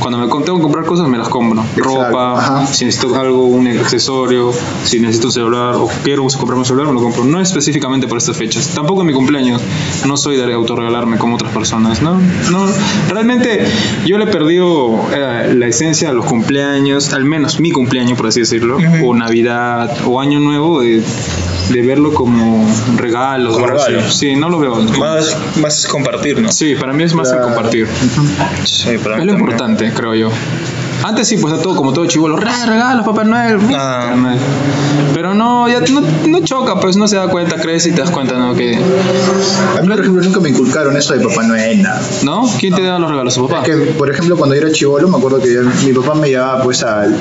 Speaker 2: Cuando me con- tengo que comprar cosas, me las compro. Ropa,
Speaker 3: ajá.
Speaker 2: si necesito algo, un accesorio, si necesito un celular o quiero comprarme un celular, me lo compro. No específicamente por estas fechas. Tampoco en mi cumpleaños. No soy de autorregalarme como otras personas, ¿no? no realmente yo le he perdido eh, la esencia a los cumpleaños, al menos mi cumpleaños, por así decirlo, o Navidad, o Año Nuevo, de, de verlo como regalos.
Speaker 1: Como
Speaker 2: o algo así.
Speaker 1: regalo.
Speaker 2: Sí, no lo veo.
Speaker 1: Más, más es compartir, ¿no?
Speaker 2: Sí, para mí es más el
Speaker 3: Claro.
Speaker 2: compartir.
Speaker 1: Sí, para
Speaker 2: Es
Speaker 1: mí
Speaker 2: lo
Speaker 1: también.
Speaker 2: importante, creo yo. Antes sí, pues era todo como todo chivolo, "Ra, regalos, Papá Noel.
Speaker 1: Ah.
Speaker 2: Pero no, ya no, no choca, pues no se da cuenta, crees y te das cuenta, ¿no? Que,
Speaker 3: A mí, por ejemplo, nunca me inculcaron eso de Papá Noel, nada.
Speaker 2: ¿No? ¿Quién te da los regalos? ¿Su papá?
Speaker 3: Que, por ejemplo, cuando yo era chivolo, me acuerdo que mi papá me llevaba pues al,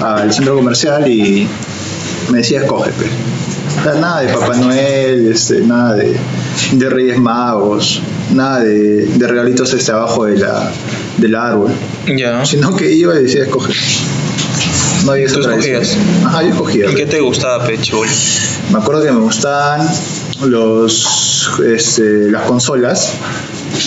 Speaker 3: al centro comercial y me decía, escoge, pues". O sea, nada de Papá Noel, este, nada de, de Reyes Magos, nada de, de regalitos este abajo de la, del árbol,
Speaker 1: Ya.
Speaker 3: sino que iba y decía, escoge. No había esa
Speaker 1: ¿Ah? Tú
Speaker 3: tradición.
Speaker 1: escogías.
Speaker 3: Ajá, yo escogía. pues.
Speaker 1: ¿Y qué te gustaba, Pecho?
Speaker 3: Me acuerdo que me gustaban los, este, las consolas, las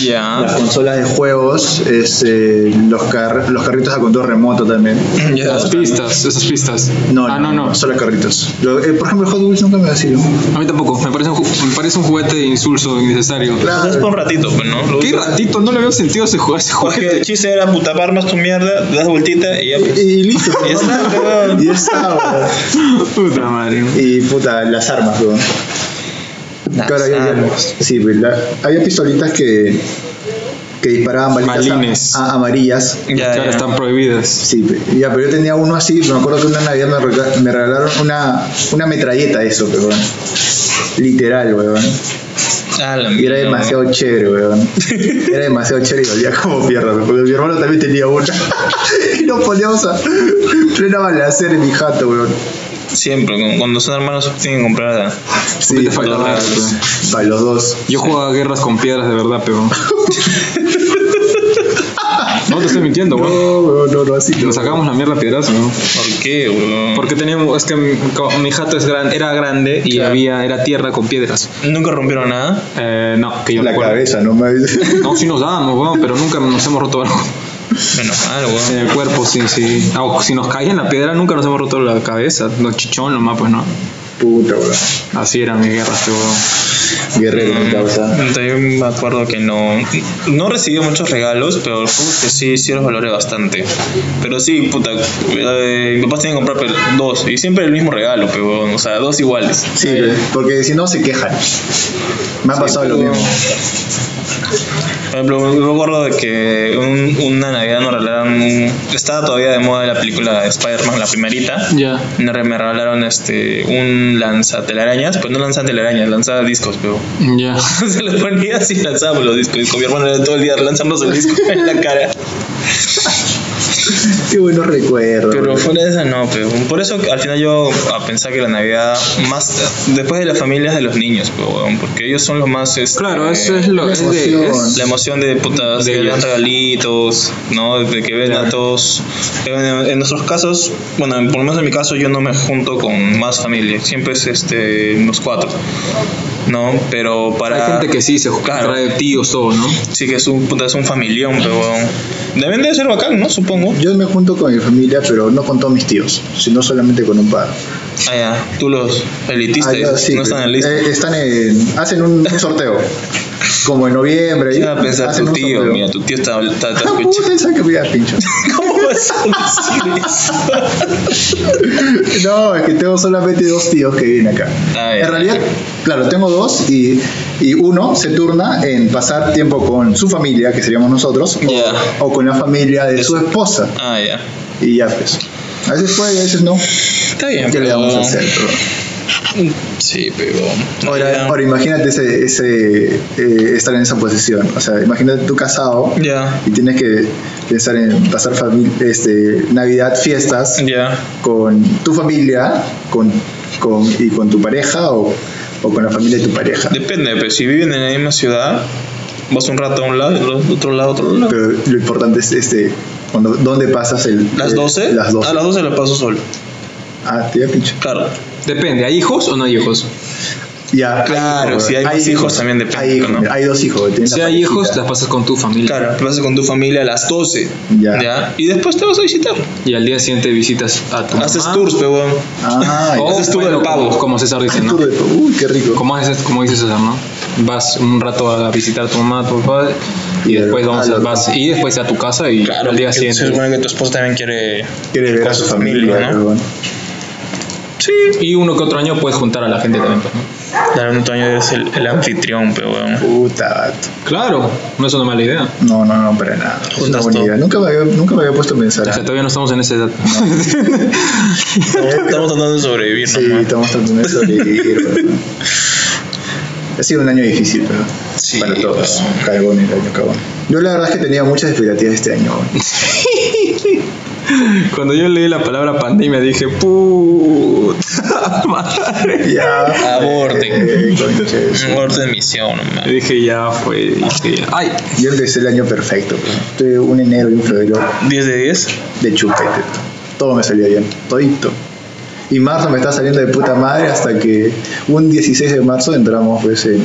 Speaker 1: Ya.
Speaker 3: consolas de juegos, este, los, car- los carritos a control remoto también.
Speaker 1: Ya.
Speaker 2: Las pistas, esas pistas.
Speaker 3: No,
Speaker 2: ah, no, no. A
Speaker 3: Solo carritos. Lo- eh, por ejemplo, el Hot Wheels nunca me ha sido.
Speaker 2: mí tampoco. Me parece un, ju- me parece un juguete insulso, innecesario.
Speaker 1: Es por un ratito, pues, ¿no? Lo
Speaker 2: Qué
Speaker 1: último-
Speaker 2: ratito, no le veo sentido a ese jugar ese
Speaker 1: Porque el
Speaker 2: juguete.
Speaker 1: chiste era puta, armas tu mierda, das vueltita y ya. pues.
Speaker 3: Y listo.
Speaker 1: Y ya está, weón.
Speaker 3: Y ya está, weón.
Speaker 2: Puta madre.
Speaker 3: Y puta, las armas, weón. Claro, había, había- sí, pues, la- había pistolitas que, que disparaban balitas a-
Speaker 2: Balines.
Speaker 3: a- amarillas.
Speaker 1: Ya,
Speaker 2: que ahora
Speaker 1: ya.
Speaker 2: están prohibidas.
Speaker 3: Sí, pe- ya, pero yo tenía uno así, me acuerdo que una Navidad me, rega- me regalaron una, una metralleta de eso, weón. Literal, weón.
Speaker 1: Ah, la
Speaker 3: Y
Speaker 1: mierda.
Speaker 3: era demasiado chévere, weón. Era demasiado chévere y dolía como pierna, weón, porque mi hermano también tenía una. y nos poníamos a plena balacera en mi jato, weón.
Speaker 1: Siempre, cu- cuando son hermanos tienen que comprar a-
Speaker 3: Sí,
Speaker 2: te falta pues.
Speaker 3: para
Speaker 2: nada,
Speaker 3: los, para los dos.
Speaker 2: Yo jugaba guerras con piedras de verdad, pero. no te estoy mintiendo,
Speaker 3: No,
Speaker 2: güey.
Speaker 3: weón, no, no, así no.
Speaker 2: Nos sacamos la mierda a piedras, ¿no?
Speaker 1: ¿Por qué, weón?
Speaker 2: Porque teníamos, es que mi, co- mi jato es gran, era grande y
Speaker 1: Claro.
Speaker 2: había, era tierra con piedras.
Speaker 1: ¿Nunca rompieron nada?
Speaker 2: Eh, no, que yo
Speaker 3: La
Speaker 2: recuerde.
Speaker 3: cabeza, no me
Speaker 2: No, sí nos dábamos, weón, pero nunca nos hemos roto algo
Speaker 1: Menos mal, weón.
Speaker 2: en el cuerpo, sí, sí. Ah, o si nos caía en la piedra, nunca nos hemos roto la cabeza. Los chichón nomás, pues no.
Speaker 3: Puta, weón.
Speaker 2: Así eran mis guerras, weón.
Speaker 3: Guerrero, mi causa.
Speaker 1: Mm, Yo me acuerdo que no no recibí muchos regalos, pero los juegos que sí, sí los valoré bastante. Pero sí, puta, eh, mis papás tenían que comprar pero, dos, y siempre el mismo regalo, pero, weón, o sea, dos iguales.
Speaker 3: Sí, weón, porque si no se quejan. Me ha pasado lo mismo.
Speaker 1: Por ejemplo, yo me acuerdo de que un- una Navidad nos regalaron. un- Estaba todavía de moda la película de Spider-Man, la primerita.
Speaker 2: Ya.
Speaker 1: Me re- me regalaron este, un lanzatelarañas. Pues no lanzatelarañas, lanzaba discos, pero.
Speaker 2: Ya.
Speaker 1: Se lo ponía así y lanzábamos los discos. Y con mi hermano era todo el día lanzarnos el disco en la cara.
Speaker 3: Qué buenos recuerdos.
Speaker 1: Pero
Speaker 3: weón.
Speaker 1: fuera de esa no, pero por eso al final yo a pensar que la Navidad, más después de las familias de los niños, pues, weón, porque ellos son los más. este,
Speaker 2: Claro, eso es lo
Speaker 3: La
Speaker 2: es de. es-
Speaker 3: emoción.
Speaker 1: La emoción de putas,
Speaker 2: De
Speaker 1: de los
Speaker 2: ellos.
Speaker 1: regalitos, ¿no? De que ven a
Speaker 2: Claro.
Speaker 1: todos. En, en nuestros casos, bueno, por lo menos en mi caso, yo no me junto con más familia. Siempre es este, los cuatro. ¿no? Pero para...
Speaker 2: Hay gente que sí se
Speaker 1: Claro.
Speaker 2: trae tíos, todo, ¿no?
Speaker 1: Sí que es un, puta, es un familión, pero... weón. Deben de ser bacán, ¿no? Supongo.
Speaker 3: Yo me junto con mi familia, pero no con todos mis tíos, sino solamente con un par.
Speaker 1: Ah, ya. Tú los elitiste.
Speaker 3: Ah, yo sí,
Speaker 1: no están en la lista.
Speaker 3: eh, están en- hacen un, un sorteo, como en noviembre.
Speaker 1: Iba a pensar
Speaker 3: hacen
Speaker 1: tu
Speaker 3: un
Speaker 1: tío.
Speaker 3: sorteo.
Speaker 1: Mira, tu tío está, está, está
Speaker 3: Ah,
Speaker 1: escuchando.
Speaker 3: puta, esa que mira, pincho.
Speaker 1: ¿Cómo vas a decir eso?
Speaker 3: No, es que tengo solamente dos tíos que viven acá.
Speaker 1: Ah, ya.
Speaker 3: en realidad, claro, tengo dos y, y uno se turna en pasar tiempo con su familia, que seríamos nosotros, o-
Speaker 1: Ya.
Speaker 3: o, con la familia de su esposa.
Speaker 1: Ah, ya.
Speaker 3: Y ya, pues. A veces puede, a veces no.
Speaker 1: Está bien.
Speaker 3: ¿Qué le
Speaker 1: pero-
Speaker 3: vamos a hacer?
Speaker 1: Sí, pero...
Speaker 3: Ahora,
Speaker 1: Ya.
Speaker 3: ahora imagínate ese, ese, eh, estar en esa posición. O sea, imagínate tú casado
Speaker 1: Ya.
Speaker 3: y tienes que pensar en pasar fami- este, Navidad, fiestas.
Speaker 1: Ya.
Speaker 3: con tu familia con, con, y con tu pareja o, o con la familia de tu pareja.
Speaker 1: Depende, pero si viven en la misma ciudad, vas un rato a un lado, y otro- otro lado, otro lado.
Speaker 3: Pero lo importante es este, cuando, ¿dónde pasas el...
Speaker 1: ¿Las
Speaker 3: el-
Speaker 1: 12?
Speaker 3: eh, Las 12.
Speaker 1: A las 12 la paso solo.
Speaker 3: Ah, te voy a pinchar.
Speaker 1: Claro.
Speaker 2: Depende, ¿hay hijos o no hay hijos?
Speaker 3: Ya,
Speaker 1: Claro,
Speaker 3: hay
Speaker 1: si hay más hijos también depende,
Speaker 3: Hay, hijos,
Speaker 1: ¿no?
Speaker 3: mira, hay dos hijos. tienes
Speaker 2: Si
Speaker 3: la
Speaker 2: hay hijos,
Speaker 3: parejita.
Speaker 2: las pasas con tu familia.
Speaker 1: Claro, te vas con tu familia a las 12.
Speaker 3: Ya.
Speaker 1: Y después te vas a visitar.
Speaker 2: Y al día siguiente visitas a tu
Speaker 1: Haces
Speaker 2: mamá.
Speaker 1: tours, pero
Speaker 3: Ah,
Speaker 2: O,
Speaker 3: ya.
Speaker 1: Haces tour del
Speaker 2: bueno,
Speaker 1: pavo.
Speaker 2: Como, como César dice, ¿no?
Speaker 3: Tour de- Uy, qué rico.
Speaker 2: Como dices, como dices César, ¿no? Vas un rato a visitar a tu mamá, a tu papá, y
Speaker 3: Y
Speaker 2: después
Speaker 3: al-
Speaker 2: vamos
Speaker 3: al
Speaker 2: a,
Speaker 3: otro.
Speaker 2: vas- y después a tu casa y al día
Speaker 1: porque se
Speaker 2: siguiente.
Speaker 1: supone que tu esposa también quiere.
Speaker 3: Quiere ver a
Speaker 1: con
Speaker 3: su
Speaker 1: su
Speaker 3: familia,
Speaker 1: familia, ¿no?
Speaker 3: pero bueno.
Speaker 1: Sí.
Speaker 2: Y uno que otro año puedes juntar a la gente también, pues, ¿no?
Speaker 1: Claro, Antonio eres el, el anfitrión, pero weón.
Speaker 3: Puta, vato.
Speaker 2: Claro, no es una mala idea.
Speaker 3: No, no, no, para nada. Es una
Speaker 1: Juntas
Speaker 3: buena
Speaker 1: todo.
Speaker 3: idea. Nunca me había, nunca me había puesto a pensar.
Speaker 2: O sea, todavía no estamos en esa edad.
Speaker 1: Estamos tratando de sobrevivir,
Speaker 3: Sí,
Speaker 1: nomás.
Speaker 3: estamos tratando de sobrevivir. weón. ha sido un año difícil, pero
Speaker 1: Sí,
Speaker 3: para todos.
Speaker 1: weón.
Speaker 3: Cagón el año, cagón. Yo la verdad es que tenía muchas expectativas este año. weón.
Speaker 2: Cuando yo leí la palabra pandemia dije, puta madre.
Speaker 3: Ya.
Speaker 1: Aborten.
Speaker 3: eh, conches.
Speaker 1: Un orden de misión, nomás.
Speaker 2: Dije, ya fue. Dije, ya. Ay,
Speaker 3: Yo empecé el año perfecto. weón. Tuve un enero y un febrero
Speaker 1: 10 de 10.
Speaker 3: de chupete. Todo me salió bien, todito. Y marzo me está saliendo de puta madre hasta que un 16 de marzo entramos pues en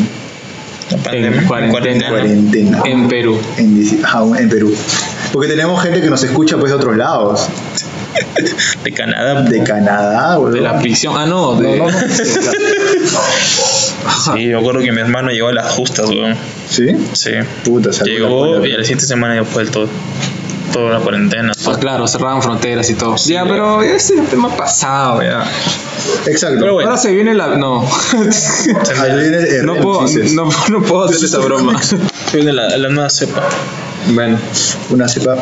Speaker 1: La pandemia.
Speaker 2: cuarentena.
Speaker 1: ¿no?
Speaker 3: cuarentena.
Speaker 2: en Perú.
Speaker 3: En, dieci- ajá, en Perú. Porque tenemos gente que nos escucha pues de otros lados.
Speaker 1: De Canadá.
Speaker 3: De Canadá, boludo.
Speaker 2: De la prisión. Ah, no,
Speaker 3: No,
Speaker 2: de.
Speaker 3: no, no.
Speaker 1: Sí, yo acuerdo que mi hermano llegó a las justas, weón.
Speaker 3: ¿Sí?
Speaker 1: Sí.
Speaker 3: Puta, salió la
Speaker 1: Llegó
Speaker 3: cola.
Speaker 1: y a la siguiente semana ya fue el todo. Toda la cuarentena.
Speaker 2: Pues claro, cerraban fronteras y todo. ya, pero ese es el tema pasado, ya.
Speaker 3: Exacto.
Speaker 1: Pero bueno.
Speaker 2: Ahora se viene la. No.
Speaker 3: Ahí viene el-
Speaker 2: no,
Speaker 3: el
Speaker 2: puedo,
Speaker 3: Ulises.
Speaker 2: no, no puedo hacer esa broma.
Speaker 1: Fue de la, la nueva cepa.
Speaker 2: Bueno,
Speaker 3: Una cepa.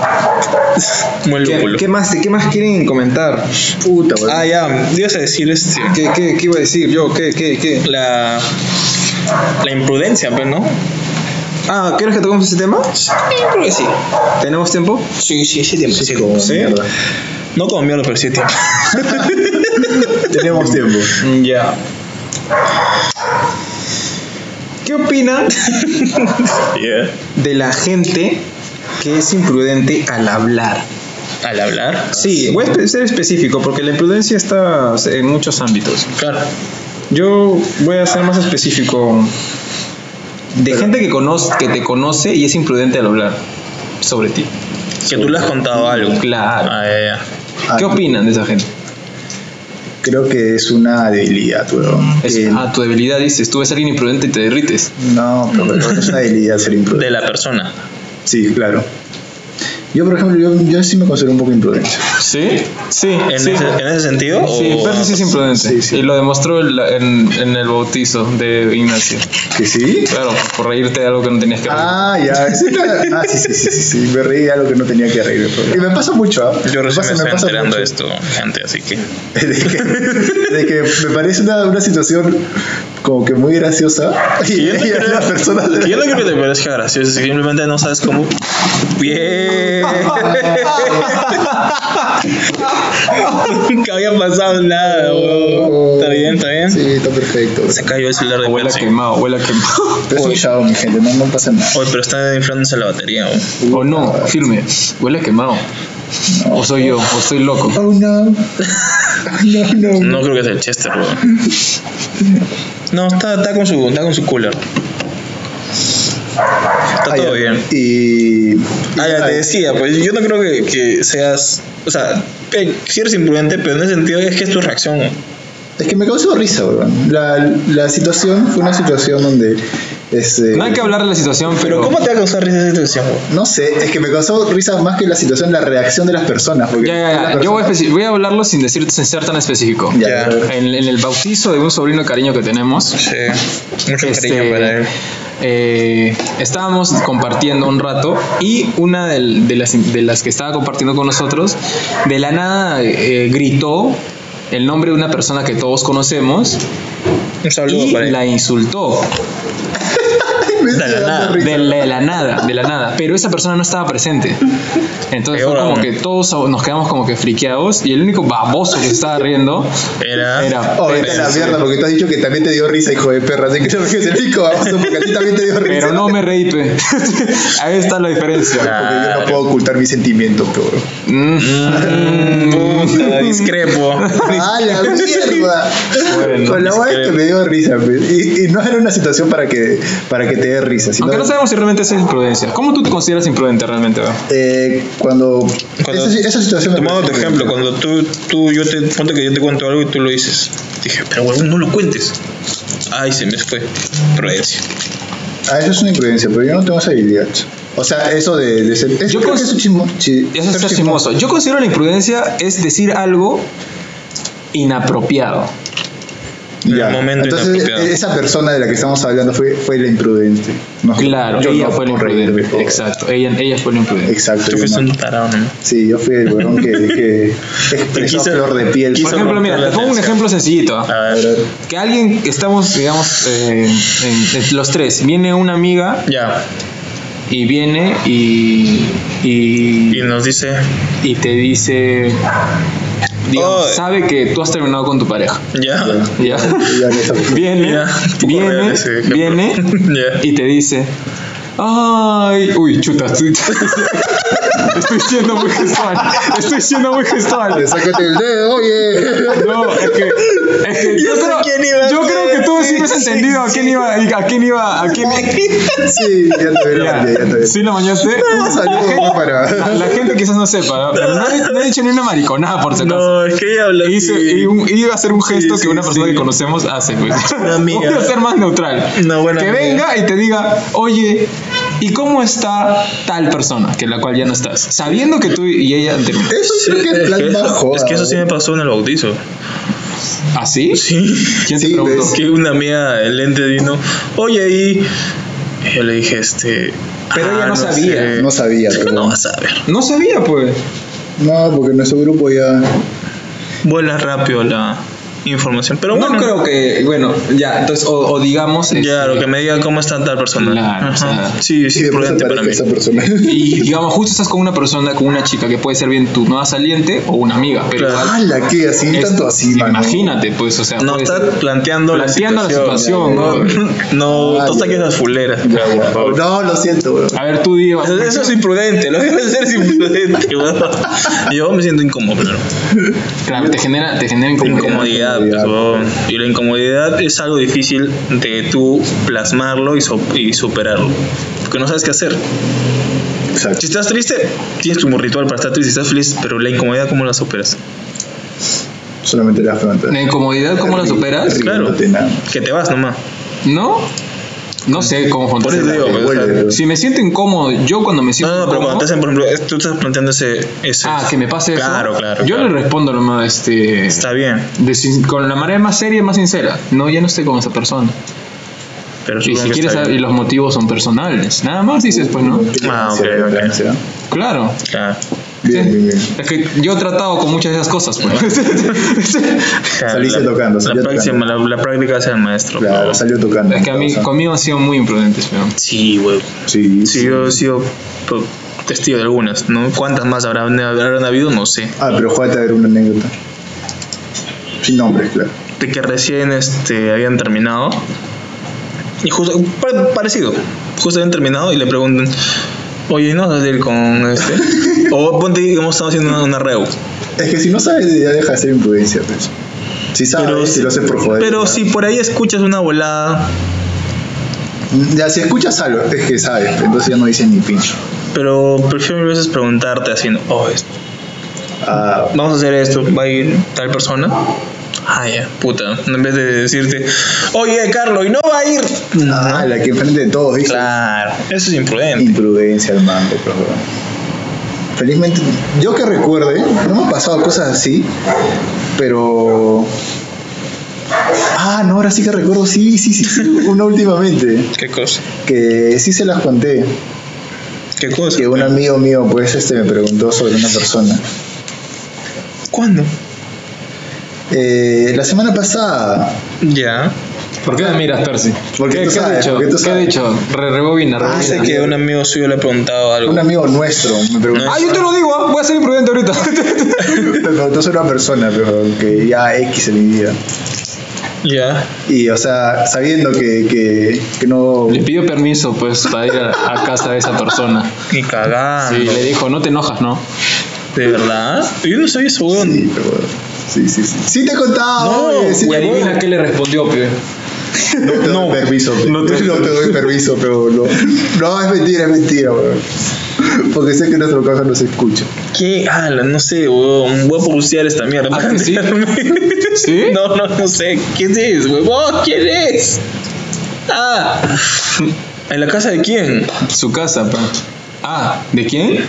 Speaker 1: Muy
Speaker 2: ¿qué,
Speaker 1: lúpulo.
Speaker 2: qué más, ¿qué más quieren comentar?
Speaker 3: Puta, boludo.
Speaker 1: Ah, ya. Ibas a decir este.
Speaker 2: ¿Qué, qué, qué iba a decir yo? ¿Qué, qué, qué?
Speaker 1: La. La imprudencia, pues, ¿no?
Speaker 2: Ah, ¿quieres que toquemos ese tema?
Speaker 1: Yo creo que sí.
Speaker 2: ¿Tenemos tiempo?
Speaker 1: Sí, sí, sí, tiempo. Sí,
Speaker 3: como
Speaker 1: sí.
Speaker 3: mierda.
Speaker 1: No como mierda, pero sí tiempo.
Speaker 3: Tenemos tiempo.
Speaker 2: Ya. ¿Qué opinan de la gente que es imprudente al hablar?
Speaker 1: Al hablar.
Speaker 2: Sí, voy a ser específico porque la imprudencia está en muchos ámbitos.
Speaker 1: Claro.
Speaker 2: Yo voy a ser más específico de gente que, conoce, que te conoce y es imprudente al hablar sobre ti.
Speaker 1: Que tú le has contado algo.
Speaker 2: Claro.
Speaker 1: Ah, ya, ya.
Speaker 3: Ah,
Speaker 2: ¿Qué opinan de esa gente?
Speaker 3: Creo que es una debilidad, weón.
Speaker 2: Es-
Speaker 3: Que-
Speaker 2: ah, tu debilidad dices, tú ves a alguien imprudente y te derrites.
Speaker 3: No, pero no es una debilidad ser
Speaker 1: De
Speaker 3: imprudente.
Speaker 1: la persona.
Speaker 3: Sí, claro. Yo, por ejemplo, yo, yo sí me considero un poco imprudente.
Speaker 2: ¿Sí? Sí,
Speaker 1: ¿En,
Speaker 2: sí.
Speaker 1: ese, en ese sentido?
Speaker 2: Sí,
Speaker 1: o-
Speaker 2: Percy sí es imprudente.
Speaker 3: Sí, sí.
Speaker 2: Y lo demostró el- en, en el bautizo de Ignacio.
Speaker 3: ¿Que sí?
Speaker 2: Claro, por reírte de algo que no tenías que reír.
Speaker 3: Ah, ya. esa era- Ah, sí, sí, sí, sí, sí. Me reí de algo que no tenía que reír. Y me pasa mucho, ¿ah?
Speaker 1: Yo recién
Speaker 3: pasa-
Speaker 1: me estoy
Speaker 3: pasa
Speaker 1: enterando
Speaker 3: mucho.
Speaker 1: de esto, gente, así que.
Speaker 3: de que, de que me parece una, una situación como que muy graciosa y, y a la persona
Speaker 1: Que Yo no creo que te parezca gracioso, simplemente no sabes cómo. Bien. Nunca había pasado nada, weón. Oh, Está bien, está bien.
Speaker 3: sí está perfecto
Speaker 1: Se cayó el celular de
Speaker 2: Huele a
Speaker 1: Percy.
Speaker 2: quemado, huele a quemado.
Speaker 3: pero es un show mi gente no, no pasa nada
Speaker 1: Oye, pero está inflándose la batería, weón.
Speaker 2: O no, firme, huele a quemado. O soy yo, o soy loco.
Speaker 3: oh no No, no,
Speaker 1: No creo que sea el Chester, weón. No, está, está con su, está con su cooler. Está
Speaker 3: Ah,
Speaker 1: todo
Speaker 3: ya.
Speaker 1: bien.
Speaker 3: Y.
Speaker 1: Ah, ya te decía, pues yo no creo que, que seas. O sea, eh, sí eres imprudente, pero en el sentido es que es tu reacción.
Speaker 3: Es que me causó risa, weón. La, la situación fue una situación donde. Este,
Speaker 2: No hay que hablar de la situación,
Speaker 1: Pero,
Speaker 2: pero.
Speaker 1: ¿cómo te va a causar risa esa situación, weón?
Speaker 3: No sé, es que me causó risa más que la situación, la reacción de las personas. Porque
Speaker 2: Ya, ya, ya.
Speaker 3: las
Speaker 2: Yo voy a,
Speaker 3: personas-
Speaker 2: especi- voy a hablarlo sin decir sin ser tan específico.
Speaker 3: Ya, ya.
Speaker 2: En, en el bautizo de un sobrino cariño que tenemos,
Speaker 1: Sí. Mucho
Speaker 2: Este,
Speaker 1: cariño para él.
Speaker 2: eh, estábamos compartiendo un rato y una del- de, las, de las que estaba compartiendo con nosotros, de la nada eh, gritó el nombre de una persona que todos conocemos
Speaker 1: Un saludo
Speaker 2: y
Speaker 1: para él.
Speaker 2: la insultó.
Speaker 3: Me está
Speaker 1: De la
Speaker 3: dando
Speaker 1: nada.
Speaker 3: risa.
Speaker 2: De la, de la nada, de la nada. Pero esa persona no estaba presente. Entonces
Speaker 1: Peor
Speaker 2: fue como
Speaker 1: aún.
Speaker 2: que todos nos quedamos como que friqueados y el único baboso que estaba riendo
Speaker 1: Era.
Speaker 2: era
Speaker 3: Oh, vete a la
Speaker 1: Sí.
Speaker 3: mierda, porque tú has dicho que también te dio risa, hijo de perra. Así que yo me quedé rico, vamos, porque a ti también te dio risa.
Speaker 2: Pero no me reí, pe. Ahí está la diferencia.
Speaker 3: Porque yo no puedo ocultar mis sentimientos, cabrón.
Speaker 2: Mm.
Speaker 1: Puta, discrepo.
Speaker 3: ¡Ah, la mierda!
Speaker 2: Bueno,
Speaker 3: Con la
Speaker 1: es
Speaker 3: guay
Speaker 1: que-
Speaker 3: que me dio risa, pe. y, y no era una situación para que, para que te dé risa, sino
Speaker 2: Aunque no sabemos si realmente eso es imprudencia. ¿Cómo tú te consideras imprudente realmente? Bea?
Speaker 3: eh, cuando,
Speaker 1: Cuando-
Speaker 3: esa, esa situación me
Speaker 1: Tomando tu
Speaker 3: pareció
Speaker 1: ejemplo,
Speaker 3: que-
Speaker 1: cuando tú, tú, yo te, ponte que yo te cuento algo y tú lo dices. Dije, pero huevón, no lo cuentes. Ay, se me fue. Prudencia.
Speaker 3: Ah, eso es una imprudencia, pero yo no tengo esa habilidad. O sea, eso de, de ser. Es,
Speaker 2: Yo
Speaker 3: yo creo
Speaker 2: cons-
Speaker 3: que eso es chismo, chi-
Speaker 2: Eso es
Speaker 3: ser
Speaker 2: ser chismoso. Yo considero la imprudencia es decir algo inapropiado.
Speaker 1: En el momento
Speaker 3: Entonces, e-,
Speaker 1: inapropiado.
Speaker 3: esa persona de la que estamos hablando fue, fue la imprudente. No,
Speaker 2: Claro,
Speaker 3: yo
Speaker 2: ella
Speaker 3: no,
Speaker 2: fue la
Speaker 3: por reírme,
Speaker 2: imprudente.
Speaker 3: por-
Speaker 2: Exacto, ella, ella fue la imprudente.
Speaker 3: Exacto.
Speaker 1: Tú
Speaker 3: yo
Speaker 1: fuiste
Speaker 3: no.
Speaker 1: un tarado, ¿no?
Speaker 3: Sí, yo fui el weón que, que expresó
Speaker 1: quiso-
Speaker 3: flor de piel.
Speaker 1: quiso
Speaker 2: Por ejemplo, mira, te pongo un ejemplo sencillito. ¿ah?
Speaker 1: A ver.
Speaker 2: Que alguien, que estamos, digamos, eh, en- en los tres, viene una amiga
Speaker 1: Ya.
Speaker 2: y viene y, y,
Speaker 1: Y nos dice.
Speaker 2: y te dice, digamos,
Speaker 1: Oh.
Speaker 2: sabe que tú has terminado con tu pareja.
Speaker 1: Ya.
Speaker 2: ¿ya?
Speaker 3: Y ya esa-
Speaker 2: Viene,
Speaker 1: Mira, poco real
Speaker 2: viene,
Speaker 1: ese ejemplo.
Speaker 2: viene
Speaker 1: Ya.
Speaker 2: y te dice, ay, uy, chuta, estoy, estoy siendo muy gestual, estoy siendo muy gestual.
Speaker 3: Sácate el dedo, oye.
Speaker 2: No, es que, es que yo,
Speaker 1: sé
Speaker 2: creo,
Speaker 1: quién iba a
Speaker 2: yo creo que tú sí
Speaker 1: ser.
Speaker 2: me has
Speaker 1: Sí,
Speaker 2: entendido a
Speaker 1: sí.
Speaker 2: quién iba, a quién iba, a quién.
Speaker 3: Sí, ya te vi,
Speaker 2: Ya,
Speaker 3: ya, ya te vi.
Speaker 2: sí lo mañaste.
Speaker 3: Un saludo
Speaker 2: La,
Speaker 3: para.
Speaker 2: la gente quizás no sepa, pero no he, no he dicho ni una mariconada por si acaso.
Speaker 1: No, es que ella habla.
Speaker 2: E hice-
Speaker 1: así.
Speaker 2: y un- iba a hacer un gesto
Speaker 1: Sí,
Speaker 2: que una
Speaker 1: sí,
Speaker 2: persona
Speaker 1: sí.
Speaker 2: que conocemos hace. Pues.
Speaker 1: Una amiga.
Speaker 2: Voy a ser más neutral.
Speaker 1: Una buena
Speaker 2: que
Speaker 1: amiga.
Speaker 2: venga y te diga, oye, ¿y cómo está tal persona? Que la cual ya no estás. Sabiendo que tú y ella han terminado.
Speaker 3: Eso creo que ¿eh? es
Speaker 1: Es que,
Speaker 3: plan bajo.
Speaker 1: es que eso sí me pasó en el bautizo.
Speaker 2: ¿Así?
Speaker 1: Sí.
Speaker 2: ¿Ah, ¿Quién te
Speaker 3: Sí,
Speaker 2: preguntó?
Speaker 3: ves.
Speaker 1: que una amiga del lente vino, oye, y yo le dije, este.
Speaker 2: Pero ella no sabía,
Speaker 3: No sabía,
Speaker 1: pero.
Speaker 3: pero-
Speaker 1: No vas a ver.
Speaker 2: No sabía, pues.
Speaker 3: No, porque nuestro grupo ya.
Speaker 1: Vuela rápido la información. Pero
Speaker 2: No
Speaker 1: bueno,
Speaker 2: creo que, bueno, ya, entonces, o, o digamos...
Speaker 1: Ya,
Speaker 2: este,
Speaker 1: lo que me diga cómo está tal persona.
Speaker 2: Claro, o
Speaker 1: Ajá.
Speaker 2: sea,
Speaker 1: sí, sí,
Speaker 3: Y después
Speaker 1: prudente para
Speaker 3: aparece
Speaker 1: mí.
Speaker 3: esa persona.
Speaker 2: Y digamos, justo estás con una persona, con una chica que puede ser bien tu nueva saliente o una amiga, pero
Speaker 1: Claro.
Speaker 2: igual
Speaker 3: ¡Hala! ¿Qué? Así,
Speaker 2: es-
Speaker 3: tanto así, mano.
Speaker 2: Imagínate, pues, o sea,
Speaker 1: No
Speaker 2: puede
Speaker 1: está
Speaker 2: ser-
Speaker 1: planteando,
Speaker 2: planteando la situación,
Speaker 1: No, no,
Speaker 3: Ah,
Speaker 1: no
Speaker 3: ya.
Speaker 1: saques las fuleras.
Speaker 3: Ya, ya. No, lo siento, weón.
Speaker 2: A ver, tú digo,
Speaker 1: Eso, eso es imprudente, lo que vas a hacer es imprudente, weón. Yo me siento incómodo, claro.
Speaker 2: claro, te genera, te genera
Speaker 1: Incomodidad,
Speaker 2: incomodidad.
Speaker 1: pues, huevón. y la incomodidad es algo difícil de tú plasmarlo y, so- y superarlo. Porque no sabes qué hacer. Si
Speaker 3: Exacto.
Speaker 1: estás triste, tienes como ritual para estar triste. Si estás feliz, pero la incomodidad, ¿cómo la superas?
Speaker 3: Solamente la pregunta.
Speaker 2: ¿La incomodidad cómo la superas?
Speaker 1: Claro,
Speaker 3: Riéndote, nada.
Speaker 1: que te vas nomás.
Speaker 2: ¿no, no sé cómo
Speaker 1: Por eso te
Speaker 2: contar.
Speaker 1: digo, pues, o sea,
Speaker 3: Vuelve,
Speaker 2: Si me siento incómodo, yo cuando me
Speaker 1: No,
Speaker 2: siento
Speaker 1: no, no, pero cuando te
Speaker 2: incómodo,
Speaker 1: hacen, por ejemplo, es- tú estás planteando ese. ese-
Speaker 2: ah, que me pase eso,
Speaker 1: Claro, claro.
Speaker 2: yo
Speaker 1: claro.
Speaker 2: le respondo nomás, este,
Speaker 1: Está bien,
Speaker 2: de sin- con la manera más seria y más sincera, no, ya no estoy con esa persona.
Speaker 1: pero
Speaker 2: Y
Speaker 1: supongo
Speaker 2: si
Speaker 1: Pues que
Speaker 2: quieres
Speaker 1: está
Speaker 2: saber, y
Speaker 1: bien.
Speaker 2: los motivos son personales. Nada más dices, pues, ¿no?
Speaker 1: Ah, ok, ok.
Speaker 3: ok.
Speaker 2: Claro.
Speaker 1: Claro,
Speaker 3: Bien,
Speaker 2: Sí.
Speaker 3: bien, bien.
Speaker 2: Es que yo he tratado con muchas de esas cosas, pues.
Speaker 1: claro,
Speaker 3: Saliste
Speaker 1: la-
Speaker 3: tocando,
Speaker 1: La,
Speaker 3: salió
Speaker 1: próxima, la, la práctica hace el maestro.
Speaker 3: Claro,
Speaker 1: huevón.
Speaker 3: salió tocando.
Speaker 2: es que a mí,
Speaker 3: entonces.
Speaker 2: conmigo han sido muy imprudentes, pero.
Speaker 1: Sí, güey. Sí,
Speaker 3: Sí, sí.
Speaker 1: yo he sido po, testigo de algunas, ¿no? ¿Cuántas más habrán, habrán habido? No sé.
Speaker 3: Ah, pero Juárez a ver una anécdota. Sin nombres, claro.
Speaker 1: De que recién este, habían terminado. Y justo, pa- parecido. Justo habían terminado y le preguntan, oye, ¿no vas a salir con este? o ponte que hemos estado haciendo una, una reu.
Speaker 3: Es que si no sabes, ya deja de ser imprudencia, pues. Si sabes,
Speaker 1: Pero
Speaker 3: si lo haces por joder.
Speaker 1: Pero
Speaker 3: ya.
Speaker 1: si por ahí escuchas una volada,
Speaker 3: Ya, si escuchas algo, es que sabes, pues, entonces ya no dices ni pincho.
Speaker 1: pero prefiero a veces preguntarte haciendo, oh, es-
Speaker 3: Ah,
Speaker 1: vamos a hacer esto, va a ir tal persona. Ah, ya, puta. En vez de decirte, oye, Carlos, y no va a ir.
Speaker 3: ah, la que enfrente de todos, dice.
Speaker 1: Claro, eso es imprudente.
Speaker 3: Imprudencia al mango, pero bueno. Felizmente, yo que recuerde, no me han pasado cosas así, pero. Ah, no, ahora sí que recuerdo, sí, sí, sí, sí, una últimamente,
Speaker 1: ¿Qué cosa?
Speaker 3: que sí se las conté,
Speaker 1: ¿Qué cosa?
Speaker 3: que un amigo mío, pues, este, me preguntó sobre una persona.
Speaker 1: ¿Cuándo?
Speaker 3: Eh, la semana pasada,
Speaker 1: Ya.
Speaker 2: ¿Por qué me miras, Percy?
Speaker 3: Porque
Speaker 2: ¿Qué,
Speaker 3: tú
Speaker 2: qué
Speaker 3: sabes,
Speaker 2: has dicho?
Speaker 3: porque
Speaker 2: ¿Qué
Speaker 3: tú
Speaker 2: has
Speaker 3: sabes.
Speaker 2: dicho? Re- rebobina,
Speaker 3: Ah,
Speaker 1: Dice
Speaker 2: rebobina.
Speaker 1: que un amigo suyo le ha preguntado algo.
Speaker 3: un amigo nuestro me preguntó,
Speaker 2: Ah, yo te lo digo, ah, voy a ser imprudente ahorita.
Speaker 3: me preguntó sobre una persona, pero que ya X en mi vida.
Speaker 1: Ya.
Speaker 3: Y, o sea, sabiendo que, que, que no.
Speaker 2: le pidió permiso, pues, para ir a, a casa de esa persona.
Speaker 1: Y cagando.
Speaker 2: Sí, le dijo, Ah, no te enojas, ¿no?
Speaker 1: ¿De verdad? Yo no sabía eso, weón.
Speaker 3: Sí, pero bueno. Sí, sí, sí. Sí te he contado.
Speaker 1: No,
Speaker 3: oye, sí
Speaker 2: Y
Speaker 3: te-
Speaker 2: adivina qué le respondió, pibe.
Speaker 3: no te doy permiso. pe. No te, doy permiso, pero no. No, es mentira, es mentira, weón. Porque sé que nuestro caso no se escucha.
Speaker 1: ¿Qué? Ah, la- no sé, weón. Voy a publicitar esta mierda.
Speaker 2: ¿Ah, que sí? ¿Sí?
Speaker 1: No, no, no sé. ¿Quién es, huevón? ¿Quién es? Ah. ¿En la casa de quién?
Speaker 2: Su casa, pa. Ah, ¿de quién?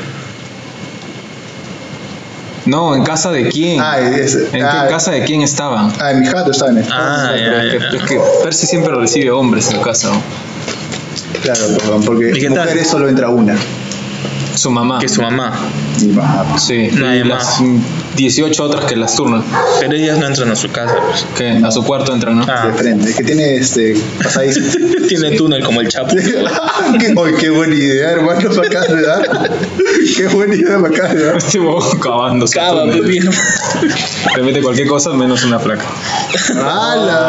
Speaker 2: No, ¿en casa de quién?
Speaker 3: Ah, es,
Speaker 2: ¿En
Speaker 3: ah,
Speaker 2: qué casa de quién estaban?
Speaker 3: Ah, en mi jato estaba en el.
Speaker 1: Ah,
Speaker 2: Pero
Speaker 1: ya,
Speaker 2: es,
Speaker 1: ya,
Speaker 2: que,
Speaker 1: ya.
Speaker 2: es que Percy siempre recibe hombres en su casa. ¿no?
Speaker 3: Claro, perdón, porque
Speaker 1: ¿Y qué tal?
Speaker 3: mujeres solo entra una.
Speaker 2: Su mamá.
Speaker 1: Que su mamá.
Speaker 3: Y más. pues.
Speaker 2: Sí,
Speaker 1: Nadie
Speaker 2: y las
Speaker 1: más.
Speaker 2: 18 otras que las turnan.
Speaker 1: Pero ellas no entran a su casa, pues.
Speaker 2: Que a su cuarto entran, ¿no?
Speaker 1: Ah.
Speaker 3: pues, De frente. Es que tiene este. Pasadís.
Speaker 1: Tiene túnel como el Chapo.
Speaker 3: qué, oh, qué buena idea, hermano, me acabas de dar. Qué buena idea me acabas de dar.
Speaker 2: Este bobo cavando. su
Speaker 1: Cava,
Speaker 2: túnel.
Speaker 1: pues, bien.
Speaker 2: Te mete cualquier cosa menos una placa.
Speaker 3: ¡A la mierda!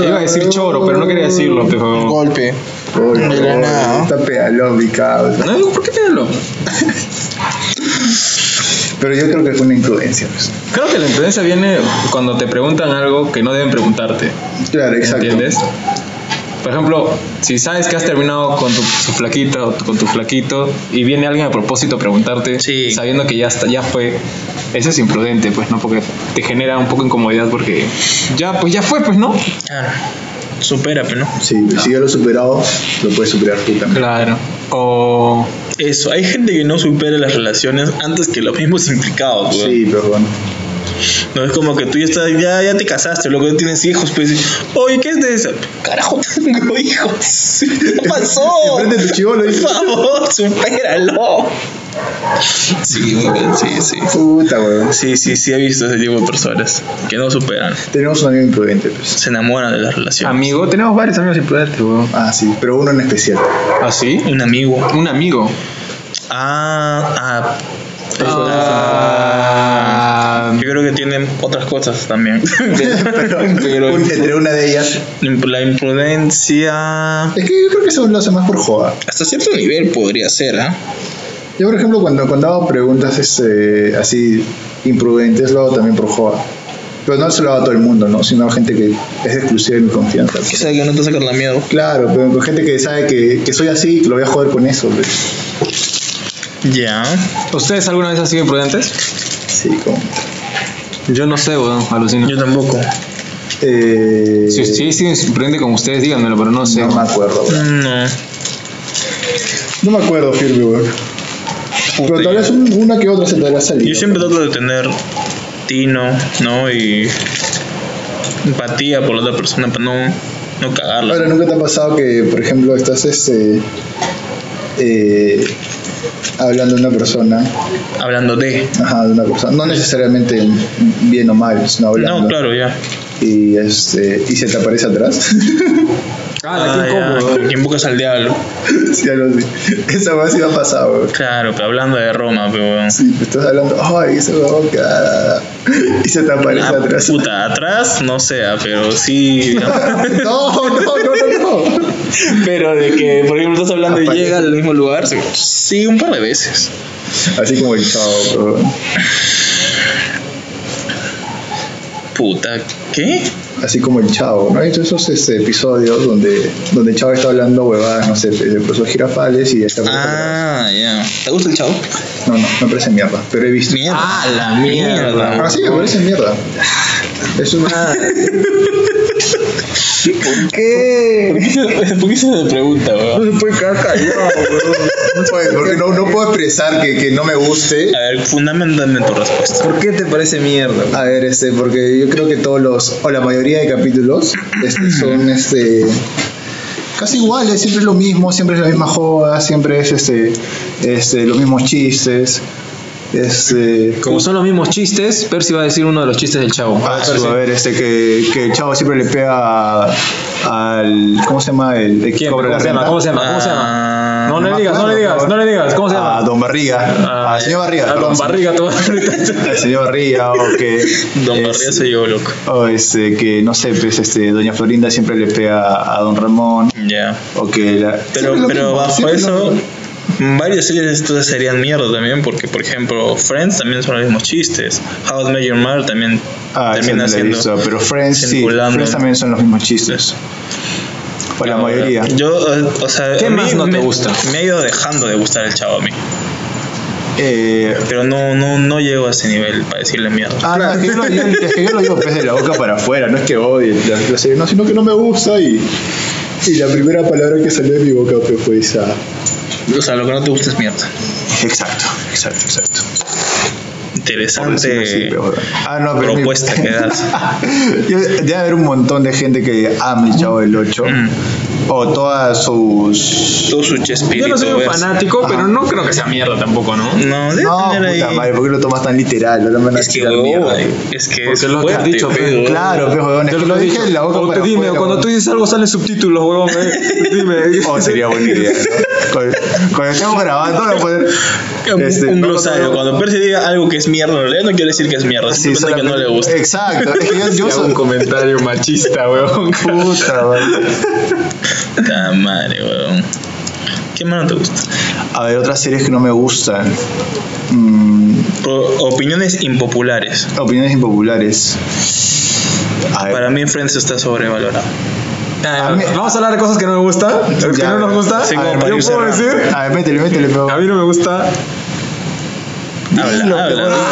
Speaker 2: Ah. Iba a decir choro, pero no quería decirlo, pero.
Speaker 1: Golpe.
Speaker 3: Uy,
Speaker 1: De la nada.
Speaker 3: Está pedalón mi causa.
Speaker 2: No, ¿por qué pedirlo?
Speaker 3: Pero yo creo que fue una imprudencia. pues.
Speaker 2: Creo que la imprudencia viene cuando te preguntan algo que no deben preguntarte.
Speaker 3: Claro, exacto.
Speaker 2: ¿Entiendes? Por ejemplo, si sabes que has terminado con tu su flaquita o tu- con tu flaquito y viene alguien a propósito a preguntarte,
Speaker 1: Sí.
Speaker 2: sabiendo que ya está, ya fue, eso es imprudente, pues, ¿no? Porque te genera un poco incomodidad porque ya, pues ya fue, pues, ¿no?
Speaker 1: Claro. Supera, pero no.
Speaker 3: Sí, pues, si ya lo he superado, lo puedes superar tú también.
Speaker 2: Claro. O
Speaker 1: Eso. Hay gente que no supera las relaciones antes que los mismos implicados, weón.
Speaker 3: Sí, pero bueno.
Speaker 1: No es como que tú ya estás, ya, ya te casaste, luego ya tienes hijos, pues. y, Oye, ¿qué es de eso? Carajo, tengo hijos. ¿Qué pasó?
Speaker 3: Enfrente de tu chivolo,
Speaker 1: Por
Speaker 3: dice.
Speaker 1: favor, supéralo. Sí, weón, sí, sí.
Speaker 3: Puta, weón.
Speaker 1: Sí, sí, sí he visto ese tipo de personas que no superan,
Speaker 3: Tenemos un amigo imprudente, pues.
Speaker 1: se enamoran de las relaciones.
Speaker 2: amigo, tenemos varios amigos imprudentes, weón.
Speaker 3: Ah, sí, pero uno en especial.
Speaker 1: ¿ah,
Speaker 2: ¿Así?
Speaker 1: Un amigo.
Speaker 2: un amigo.
Speaker 1: Ah, ah.
Speaker 2: Ah,
Speaker 1: Yo creo que tienen otras cosas también. Pero
Speaker 3: Un- entre una de ellas.
Speaker 1: la imprudencia.
Speaker 3: Es que yo creo que eso lo hace más por joda.
Speaker 1: Hasta cierto nivel podría ser, ¿ah?
Speaker 3: Yo, por ejemplo, cuando, cuando hago preguntas este, así imprudentes, lo hago también por joda. Pero no se lo hago a todo el mundo, ¿no? Sino a gente que es exclusiva de mi confianza. pues.
Speaker 1: O sea, que no te sacas la mierda.
Speaker 3: Claro, pero con gente que sabe que, que soy así y que lo voy a joder con eso. pues.
Speaker 1: Ya.
Speaker 2: ¿Ustedes alguna vez han sido imprudentes?
Speaker 3: Sí, como.
Speaker 2: Yo no sé, weón, alucino.
Speaker 1: Yo tampoco.
Speaker 3: Eh,
Speaker 2: Si, si he sido imprudente con ustedes, díganmelo, pero no sé. Ah,
Speaker 3: No me acuerdo, weón.
Speaker 1: No.
Speaker 3: No me acuerdo, firme, weón. Pero tal vez un- una que otra se te habrá salido.
Speaker 1: Yo siempre trato de tener tino, ¿no? Y empatía por la otra persona para no, no cagarla.
Speaker 3: Ahora, ¿nunca te ha pasado que, por ejemplo, estás este, eh, hablando de una persona,
Speaker 1: Hablando de.
Speaker 3: ajá, de una persona, no necesariamente bien o mal, sino hablando,
Speaker 1: No, claro, ya.
Speaker 3: y, este, y se te aparece atrás?
Speaker 2: Ah, la que
Speaker 1: Ah,
Speaker 2: incómodo.
Speaker 1: ya, que invocas al diablo.
Speaker 3: sí, algo así. Esa weá sí me ha pasado, weón.
Speaker 1: Claro, pero hablando de Roma, pero weón.
Speaker 3: Sí, estás hablando, ay, ese huevón que... ah, Y se te aparece
Speaker 1: Ah,
Speaker 3: atrás.
Speaker 1: puta, atrás no sea, pero sí. ah,
Speaker 3: No, no, no, no, no.
Speaker 1: pero de que, por ejemplo, estás hablando y
Speaker 3: Aparece.
Speaker 1: llega al mismo lugar, sí, un par de veces.
Speaker 3: Así como el chavo, bro.
Speaker 1: Puta, ¿qué?
Speaker 3: Así como el Chavo, ¿no? Hay todos esos este, episodios donde, donde el Chavo está hablando huevadas, no sé, de cosas girafales y está
Speaker 1: Ah, ya. ¿Te gusta el chavo?
Speaker 3: No, no, me parece mierda, pero he visto.
Speaker 1: Mierda.
Speaker 2: Ah, la mierda.
Speaker 3: Ah, sí, me parece mierda. Es una.
Speaker 1: ¿Por qué? ¿Por qué se, eh, por qué se le pregunta, weón?
Speaker 3: No se puede quedar callado, weón. No puede, porque no, no puedo expresar que, que no me guste.
Speaker 1: A ver, fundamentame tu respuesta.
Speaker 4: ¿Por qué te parece mierda?
Speaker 3: A ver, este, porque yo creo que todos los, o la mayoría de capítulos, este, son este. Casi iguales, siempre es lo mismo, siempre es la misma joda, siempre es este, este, los mismos chistes. Este,
Speaker 2: Como son los mismos chistes, Percy va a decir uno de los chistes del chavo.
Speaker 3: Ah, pero a ver, este que, que el chavo siempre le pega al. ¿Cómo se llama? El, el que
Speaker 2: ¿Quién?
Speaker 3: cobra la
Speaker 2: ¿Cómo se llama? ¿Cómo se llama?
Speaker 3: renta? Ah,
Speaker 2: ¿Cómo se llama? No le
Speaker 3: no me
Speaker 2: digas, no le
Speaker 3: acuerdo,
Speaker 2: digas, no le digas. ¿Cómo se
Speaker 3: A
Speaker 2: llama?
Speaker 3: Ah, Don Barriga.
Speaker 2: Ah,
Speaker 3: A señor Barriga.
Speaker 2: A Don
Speaker 3: perdón.
Speaker 2: Barriga, todo. Ahorita-
Speaker 3: Al señor Barriga, o que.
Speaker 1: Don
Speaker 3: es-
Speaker 1: Barriga se llevó loco.
Speaker 3: O este, que no sé, pues este, Doña Florinda siempre le pega a Don Ramón.
Speaker 1: Ya.
Speaker 3: O que la.
Speaker 1: Pero,
Speaker 3: Siempre lo
Speaker 1: pero
Speaker 3: mismo,
Speaker 1: bajo
Speaker 3: siempre lo
Speaker 1: eso,
Speaker 3: mismo.
Speaker 1: varias series de estas serían mierda también, porque por ejemplo, Friends también son los mismos chistes. How I Met Your Mother también
Speaker 3: Ah, esa no
Speaker 1: termina
Speaker 3: la he
Speaker 1: siendo.
Speaker 3: visto, pero Friends sí.
Speaker 1: circulando.
Speaker 3: Friends también son los mismos chistes. O la mayoría.
Speaker 1: Yo, eh, o sea,
Speaker 2: ¿Qué
Speaker 1: a mí
Speaker 2: más no te
Speaker 1: me-
Speaker 2: gusta?
Speaker 1: Me ha ido dejando de gustar el chavo a mí.
Speaker 3: Eh,
Speaker 1: Pero no, no, no llego a ese nivel para decirle mierda.
Speaker 3: Ah, no, es que yo lo digo, es que yo lo digo pues, de la boca para afuera, no es que odie la, la serie, no, sino que no me gusta y, y la primera palabra que salió de mi boca pues, fue esa.
Speaker 1: O sea, lo que no te gusta es mierda.
Speaker 3: Exacto, exacto, exacto. Por decirlo así,
Speaker 1: Interesante
Speaker 3: pero- ah, no, pero
Speaker 1: propuesta que das.
Speaker 3: Yo- debe haber un montón de gente que ama el Chavo del 8
Speaker 1: Mm.
Speaker 3: o todas sus...
Speaker 1: Todo su chespirito.
Speaker 2: Yo no soy un
Speaker 1: ¿ves?
Speaker 2: fanático, pero no creo que sea mierda tampoco, ¿no?
Speaker 1: No, debe
Speaker 3: Ah. No,
Speaker 1: tener
Speaker 3: puta
Speaker 1: ahí.
Speaker 3: madre, ¿por qué lo tomas tan literal? Ahora me van a
Speaker 1: Es que, eh.
Speaker 3: tirar
Speaker 1: huevón,
Speaker 3: mierda.
Speaker 1: es que
Speaker 2: Porque
Speaker 1: es
Speaker 2: lo que has
Speaker 1: fuerte,
Speaker 2: dicho,
Speaker 1: pe,
Speaker 2: pe,
Speaker 1: huevón.
Speaker 3: Claro, pero huevón, es
Speaker 2: Yo
Speaker 3: que lo dije de la boca
Speaker 2: O
Speaker 3: para
Speaker 2: dime,
Speaker 3: afuera,
Speaker 2: cuando
Speaker 3: huevón.
Speaker 2: tú dices algo salen subtítulos, huevón. eh. Dime.
Speaker 3: Oh, sería buena idea. ¿no? Cuando, cuando estemos grabando, no poder.
Speaker 1: Un-
Speaker 3: este,
Speaker 1: un
Speaker 3: no,
Speaker 1: glosario.
Speaker 3: no, no.
Speaker 1: Cuando Percy diga algo que es mierda, en realidad no quiere decir que es mierda.
Speaker 3: Sí,
Speaker 1: simplemente que no le
Speaker 3: solamente-
Speaker 1: gusta.
Speaker 3: Exacto. Es que yo, yo
Speaker 2: Te hago
Speaker 3: soy
Speaker 2: un comentario machista, huevón.
Speaker 3: puta, man.
Speaker 1: Puta madre, weón. ¿Qué más no te gusta?
Speaker 3: A ver, otras series que no me gustan. Mm,
Speaker 1: Pro- opiniones impopulares.
Speaker 3: opiniones impopulares. A ver.
Speaker 1: Para mí Friends está sobrevalorado.
Speaker 2: Ah,
Speaker 3: A mí-
Speaker 2: Vamos a hablar de cosas que no me gustan, de que
Speaker 3: Ya,
Speaker 2: no nos gusta.
Speaker 1: sí,
Speaker 2: Yo
Speaker 1: como para
Speaker 2: puedo
Speaker 1: ir cerrando.
Speaker 2: decir,
Speaker 3: A ver, métele, métele, pero.
Speaker 2: a mí no me gusta.
Speaker 1: Habla,
Speaker 3: Dilo,
Speaker 1: habla.
Speaker 3: weón.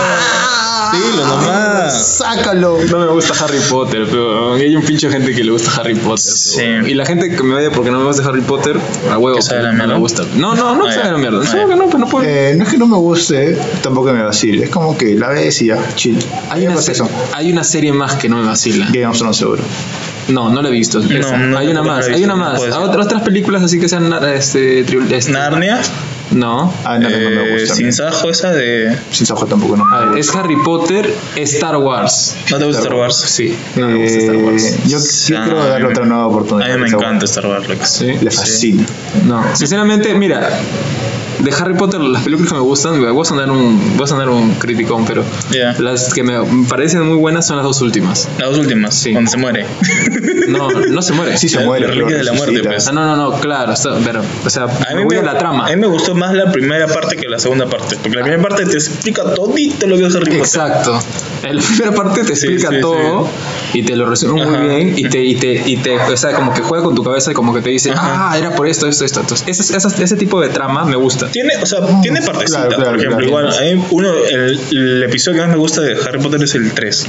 Speaker 1: Dilo Ah, nomás.
Speaker 3: Ah, Sácalo.
Speaker 2: No me gusta Harry Potter, pero hay un pinche gente que le gusta Harry Potter.
Speaker 1: Sí.
Speaker 2: pero- Y la gente que me odia porque no me gusta Harry Potter, a huevo.
Speaker 1: Que sabe la
Speaker 2: no
Speaker 1: mierda.
Speaker 2: me gusta. No, no, no
Speaker 1: Ah, ya.
Speaker 2: que sabe la
Speaker 1: Ah,
Speaker 2: mierda.
Speaker 1: ya.
Speaker 2: Solo que no, pero no puedo.
Speaker 3: Eh, no es que no me guste, tampoco me vacile. Es como que la ves y ya, chill.
Speaker 2: hay,
Speaker 3: Ya
Speaker 2: una
Speaker 3: pasé
Speaker 2: se-
Speaker 3: eso.
Speaker 2: hay una serie más que no me vacila.
Speaker 3: Game of Thrones, seguro.
Speaker 2: No, no la he visto. esa.
Speaker 1: no,
Speaker 2: hay una
Speaker 1: tampoco
Speaker 2: más,
Speaker 1: la he
Speaker 2: hay
Speaker 1: visto,
Speaker 2: una
Speaker 1: no
Speaker 2: más.
Speaker 1: puede ser.
Speaker 2: Otra- otras películas así que sean na- este, tri- este-
Speaker 1: Narnia.
Speaker 2: No.
Speaker 3: Ah, no, no, no me
Speaker 1: eh,
Speaker 3: gusta.
Speaker 1: sin sajo esa de...
Speaker 3: Sin Sajo tampoco, no.
Speaker 2: A ver, es Harry Potter, Star Wars.
Speaker 1: ¿No te gusta Star Wars?
Speaker 2: Sí, no me gusta Star
Speaker 3: Eh,
Speaker 2: Wars.
Speaker 3: yo, yo quiero darle otra nueva
Speaker 1: A
Speaker 3: oportunidad.
Speaker 1: mí me encanta Star Wars, loco.
Speaker 2: Sí.
Speaker 3: Le fascina.
Speaker 2: No, sinceramente, mira, de Harry Potter, las películas que me gustan, voy a sonar un, voy a sonar un criticón, pero
Speaker 1: Ya.
Speaker 2: las que me parecen muy buenas son las dos últimas.
Speaker 1: Las dos últimas,
Speaker 2: Sí.
Speaker 1: cuando se muere.
Speaker 2: No, no se muere.
Speaker 3: Sí, se
Speaker 1: La-
Speaker 3: muere.
Speaker 1: la
Speaker 3: pero
Speaker 1: reliquia de la muerte,
Speaker 3: resucita.
Speaker 1: pues.
Speaker 2: Ah, no, no, no, claro, so- pero, o sea,
Speaker 1: A
Speaker 2: me
Speaker 1: mí
Speaker 2: voy
Speaker 1: me,
Speaker 2: a la trama.
Speaker 1: a mí me gustó más la primera parte que la segunda parte. Porque la primera parte te explica todito lo que es Harry Potter.
Speaker 2: Exacto. En la primera parte te
Speaker 1: Sí,
Speaker 2: explica
Speaker 1: sí,
Speaker 2: todo y te lo resume
Speaker 1: Ajá.
Speaker 2: muy bien y te, y te, y te, o sea, como que juega con tu cabeza y como que te dice,
Speaker 1: Ajá.
Speaker 2: ah, era por esto, esto, esto. Entonces, esas- esas- ese tipo de trama me gusta.
Speaker 1: Tiene, o sea, tiene partecitas,
Speaker 3: Mm, claro,
Speaker 1: por ejemplo.
Speaker 3: claro.
Speaker 1: Igual, a mí uno, el, el episodio que más me gusta de Harry Potter es el 3.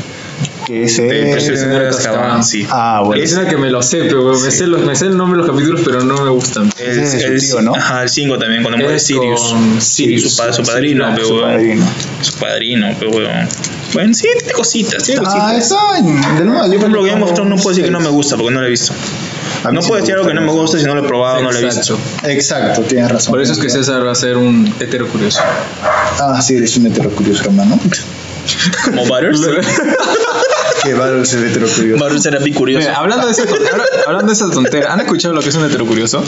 Speaker 3: Que es
Speaker 1: El prisionero pues. de Azkaban, sí.
Speaker 3: Ah, bueno.
Speaker 2: Es una que me lo sé, pero me, sé los, me sé el nombre de los capítulos, pero no me gustan.
Speaker 1: El,
Speaker 3: ese es su
Speaker 1: el-
Speaker 3: tío, ¿no?
Speaker 1: Ajá, el 5 también, cuando muere
Speaker 2: Es
Speaker 1: Sirius.
Speaker 2: con Sirius.
Speaker 1: Su, pa- su
Speaker 2: Sirius
Speaker 1: padrino,
Speaker 2: Black,
Speaker 1: pe,
Speaker 3: su
Speaker 1: weón.
Speaker 3: padrino.
Speaker 1: Su padrino, pe, weón. Bueno, sí, tiene cositas, tiene
Speaker 3: Ah,
Speaker 1: cositas.
Speaker 3: esa. De nuevo,
Speaker 1: Yo, por ejemplo,
Speaker 3: me
Speaker 1: Game of
Speaker 3: pongo
Speaker 1: Thrones no puedo decir que no
Speaker 3: seis.
Speaker 1: me gusta porque no lo he visto.
Speaker 3: A mí
Speaker 1: No
Speaker 3: sí
Speaker 1: puedo
Speaker 3: me
Speaker 1: decir algo que no me gusta si no lo he probado, no lo he visto.
Speaker 2: Exacto.
Speaker 3: Exacto, tienes razón.
Speaker 2: Por eso es que César va a ser un hetero curioso.
Speaker 3: Ah, sí, eres un hetero curioso, hermano.
Speaker 1: Como Butters.
Speaker 3: Qué bárbaro ese hetero curioso.
Speaker 1: Butters era bicurioso.
Speaker 2: Mira, hablando de, esa, habla- hablando de esa tontera, ¿han escuchado lo que es un hetero curioso?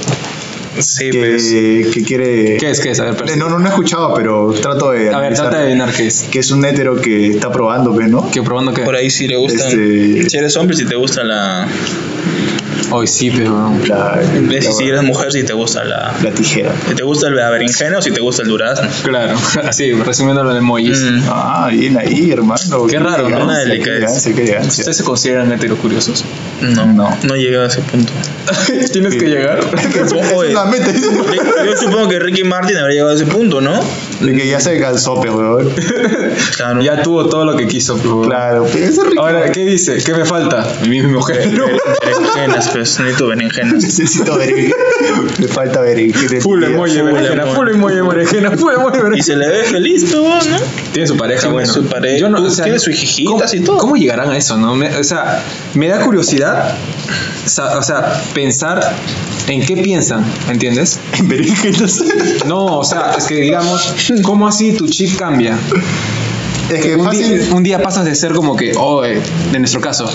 Speaker 1: Sí, pues.
Speaker 3: Que, que quiere.
Speaker 2: ¿Qué es? ¿Qué es? A ver,
Speaker 3: Eh,
Speaker 2: Percy.
Speaker 3: No, no, no he escuchado, pero trato de.
Speaker 2: a ver
Speaker 3: analizar
Speaker 2: trata de adivinar qué es.
Speaker 3: Que es un hetero que está probando, ¿ves, no?
Speaker 2: Que probando qué.
Speaker 1: Por ahí sí le gustan.
Speaker 3: Este-
Speaker 1: Si eres hombre, si te gusta la.
Speaker 2: Hoy sí, pero.
Speaker 3: La, la-
Speaker 1: Ves si eres mujer, si te gusta la.
Speaker 3: la tijera.
Speaker 1: Si te gusta el berenjena o si te gusta el durazno.
Speaker 2: Claro, así, resumiendo los emojis.
Speaker 1: Mm.
Speaker 3: Ah, bien ahí, hermano.
Speaker 2: Qué raro, ¿no?
Speaker 1: Una
Speaker 3: Qué
Speaker 1: delicadeza.
Speaker 3: elegancia, qué elegancia.
Speaker 2: ¿Ustedes se consideran heterocuriosos?
Speaker 1: No, no.
Speaker 3: No.
Speaker 1: No llegué a ese punto.
Speaker 2: Tienes que llegar.
Speaker 1: Supongo que-
Speaker 3: Es una meta, es una-
Speaker 1: Rick- eh, yo supongo que Ricky Martin habrá llegado a ese punto, ¿no?
Speaker 3: De que ya se calzó, pero weón.
Speaker 1: Claro.
Speaker 2: ya tuvo todo lo que quiso, por favor.
Speaker 3: Claro, pero ese rico.
Speaker 2: Ahora, ¿qué dice? ¿Qué me falta? Mi mi mujer. ¿no?
Speaker 1: Berenjenas, pues. Necesito berenjenas.
Speaker 3: Necesito berenjena. Me falta berenjena.
Speaker 2: Full emoji,
Speaker 1: Full
Speaker 2: berenjena,
Speaker 1: emoji.
Speaker 2: full emoji, berenjena, full emoji,
Speaker 1: Y
Speaker 2: berenjena.
Speaker 1: se le ve feliz, tú, ¿no?
Speaker 2: Tiene su pareja,
Speaker 1: Tiene
Speaker 2: bueno.
Speaker 1: su pareja, tú- tiene sus hijijitas
Speaker 2: ¿cómo-
Speaker 1: y todo.
Speaker 2: ¿Cómo llegarán a eso, no? Me- o sea, me da curiosidad, sa- o sea, pensar en qué piensan, ¿entiendes?
Speaker 3: En berenjenas.
Speaker 2: No, o sea, es que digamos, ¿cómo así tu chip cambia?
Speaker 3: Es que
Speaker 2: Un
Speaker 3: fácil.
Speaker 2: día, un día pasas de ser como que, oh, eh, en nuestro caso,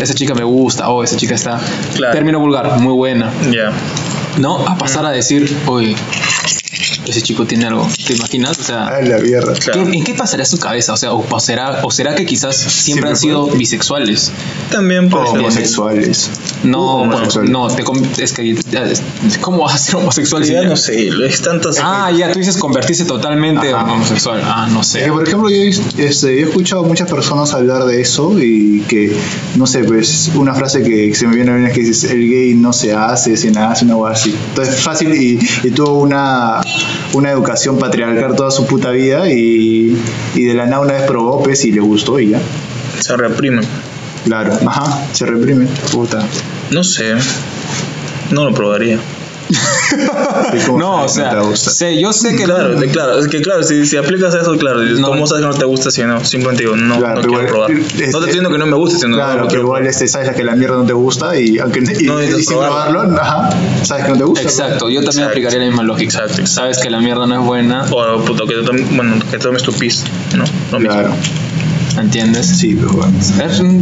Speaker 2: esa chica me gusta, oh, esa chica está,
Speaker 1: Claro.
Speaker 2: término vulgar, muy buena,
Speaker 1: Ya.
Speaker 2: ¿no? A pasar a decir, oye, ese chico tiene algo, ¿te imaginas? O sea,
Speaker 3: Ah, la mierda.
Speaker 2: ¿Qué-
Speaker 1: Claro.
Speaker 2: ¿En qué pasará su cabeza? O sea, o, o será, o será que quizás siempre
Speaker 3: Siempre
Speaker 2: han sido
Speaker 3: fue.
Speaker 2: bisexuales.
Speaker 1: También puede
Speaker 3: O
Speaker 1: ser.
Speaker 3: homosexuales.
Speaker 2: No,
Speaker 3: homosexual.
Speaker 2: no, te com- es que eh, ¿cómo vas a ser homosexual? si
Speaker 1: Ya
Speaker 2: ya-
Speaker 1: no sé, es tantas.
Speaker 2: ah, ya, tú dices convertirse totalmente
Speaker 3: Ajá.
Speaker 2: homosexual. Ah, no
Speaker 3: Es que,
Speaker 2: sé.
Speaker 3: por ejemplo, yo, he vis- este, yo he escuchado a muchas personas hablar de eso y que, no sé, pues una frase que se me viene a la mente es que dices, el gay no se hace, se nace, no va así. Entonces fácil y, y tuvo una, una educación patriarcal toda su puta vida y, y de la nada una vez probó, pues, y le gustó y ya.
Speaker 1: Se reprimen.
Speaker 3: Claro, ajá, se reprime. Puta.
Speaker 1: No sé. ¿eh? No lo probaría.
Speaker 3: ¿Y cómo
Speaker 2: No, o
Speaker 3: sabes que
Speaker 2: sea,
Speaker 3: no te gusta?
Speaker 2: sé, yo sé que
Speaker 1: Claro, de- claro, es que claro, si, si aplicas eso, claro,
Speaker 2: No.
Speaker 1: ¿cómo sabes que no te gusta si no? Simplemente digo, no,
Speaker 3: Claro,
Speaker 1: no
Speaker 3: pero
Speaker 1: quiero
Speaker 3: igual,
Speaker 1: probar. No te
Speaker 3: este-
Speaker 1: estoy diciendo que no me gusta, sino no
Speaker 3: Claro,
Speaker 1: lo
Speaker 3: pero
Speaker 1: quiero
Speaker 3: igual este, sabes la que la mierda no te gusta y aunque y,
Speaker 1: No,
Speaker 3: y
Speaker 1: intentas
Speaker 3: sin
Speaker 1: probarlo.
Speaker 3: probarlo, ajá, sabes que no te gusta.
Speaker 2: Exacto, yo también
Speaker 1: Exacto.
Speaker 2: aplicaría la misma lógica.
Speaker 1: Exacto, exacto.
Speaker 2: Sabes que la mierda no es buena,
Speaker 1: probar. O puto, que tomes, bueno, que tomes tu pis, ¿no? Lo mismo.
Speaker 3: Claro,
Speaker 2: ¿entiendes?
Speaker 3: sí, pero bueno.
Speaker 2: Es,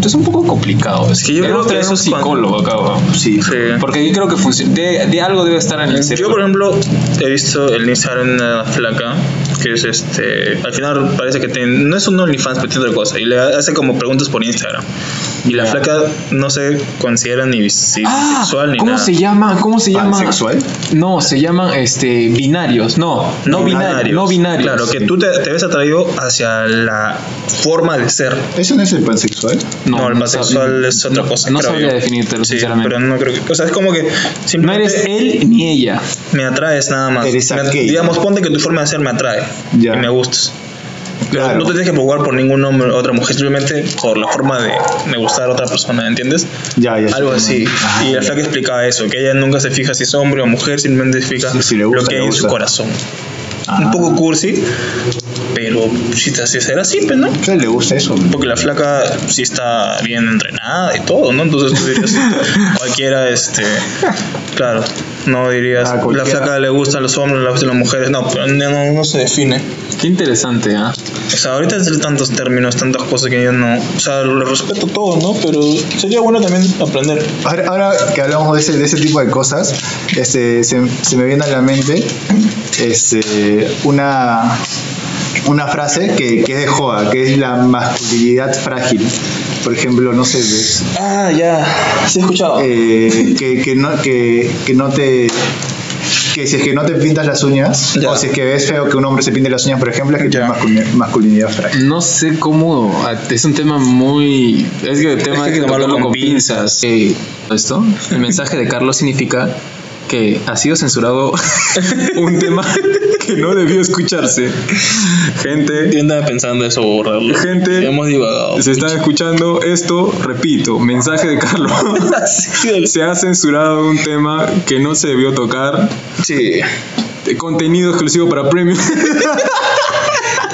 Speaker 2: es un poco complicado. Es
Speaker 1: que yo creo que
Speaker 2: es
Speaker 1: eso
Speaker 2: un
Speaker 1: es cuando-
Speaker 2: psicólogo acá, weón.
Speaker 3: Sí,
Speaker 1: Sí.
Speaker 2: Porque yo creo que funci- de, de algo debe estar en el
Speaker 1: Yo,
Speaker 2: cerebro.
Speaker 1: por ejemplo, he visto el Instagram de una flaca que es este. Al final parece que tiene- no es un OnlyFans, pero tiene otra cosa. Y le hace como preguntas por Instagram. Y la
Speaker 2: Ya.
Speaker 1: flaca no se considera ni bis-
Speaker 2: Ah,
Speaker 1: bisexual ni
Speaker 2: ¿Cómo
Speaker 1: nada.
Speaker 2: se llama? ¿Cómo se llama?
Speaker 3: ¿Pansexual?
Speaker 2: No, se llaman este binarios. No, no, binarios, No binarios.
Speaker 1: Claro, que tú te, te ves atraído hacia la forma de ser.
Speaker 3: ¿Eso no es el pansexual?
Speaker 1: No, el pansexual
Speaker 2: sab-
Speaker 1: es otra cosa.
Speaker 2: No
Speaker 1: creo
Speaker 2: sabría
Speaker 1: yo.
Speaker 2: definírtelo,
Speaker 1: Sí,
Speaker 2: sinceramente.
Speaker 1: Pero no creo que. O sea, es como que.
Speaker 2: No eres
Speaker 1: simplemente
Speaker 2: él ni ella.
Speaker 1: Me atraes nada más.
Speaker 3: Eres
Speaker 1: Me-
Speaker 3: aquel.
Speaker 1: digamos, ponte que tu forma de ser me atrae.
Speaker 3: Ya.
Speaker 1: Y me gustas. Pero
Speaker 3: Claro.
Speaker 1: no te tienes que preocupar por ningún hombre o otra mujer, simplemente por la forma de, de gustar a otra persona, ¿entiendes?
Speaker 3: Ya, ya.
Speaker 1: Algo así.
Speaker 3: sí. Ah,
Speaker 1: y la flaca explicaba eso, que ella nunca se fija si es hombre o mujer, simplemente se fija
Speaker 3: Sí, si le gusta,
Speaker 1: lo que
Speaker 3: le
Speaker 1: hay en su
Speaker 3: gusta.
Speaker 1: corazón.
Speaker 3: ah.
Speaker 1: Un poco cursi, pero si te hace ser así, pues, ¿no?
Speaker 3: ¿Qué le gusta eso?
Speaker 1: Porque la flaca sí está bien entrenada y todo, ¿no? Entonces tú dirías, cualquiera, este. Claro, no dirías,
Speaker 3: Ah,
Speaker 1: la
Speaker 3: cualquiera.
Speaker 1: flaca le gustan los hombres, le gustan las mujeres, no, pero no, no, no se define.
Speaker 2: Qué interesante, ¿ah?
Speaker 1: O sea, ahorita hay tantos términos, tantas cosas que yo no. O sea, lo respeto todo, ¿no? Pero sería bueno también aprender.
Speaker 3: Ahora, ahora que hablamos de ese, de ese tipo de cosas, este, se, se me viene a la mente este, una, una frase que, que es de Joa, que es la masculinidad frágil. Por ejemplo, no sé, ves,
Speaker 1: Ah, ya, sí he escuchado.
Speaker 3: eh, que, que no, que, que no te... Que si es que no te pintas las uñas,
Speaker 1: Ya.
Speaker 3: o si es que ves feo que un hombre se pinte las uñas, por ejemplo, es que
Speaker 1: Ya.
Speaker 3: tiene masculin- masculinidad frágil.
Speaker 2: No sé cómo. ah, Es un tema muy. Es que el tema
Speaker 1: que
Speaker 2: hay que
Speaker 1: tomarlo
Speaker 2: tomarlo
Speaker 1: con
Speaker 2: con pinzas. Eh, ¿Esto? El mensaje de Carlos significa que ha sido censurado un tema que no debió escucharse. Gente,
Speaker 1: Yo andaba pensando eso, borrarlo.
Speaker 2: Gente-
Speaker 1: Ya hemos divagado.
Speaker 2: se está escuchando esto, repito, mensaje de Carlos. Se ha censurado un tema que no se debió tocar.
Speaker 1: Sí,
Speaker 2: Eh, Contenido exclusivo para premium.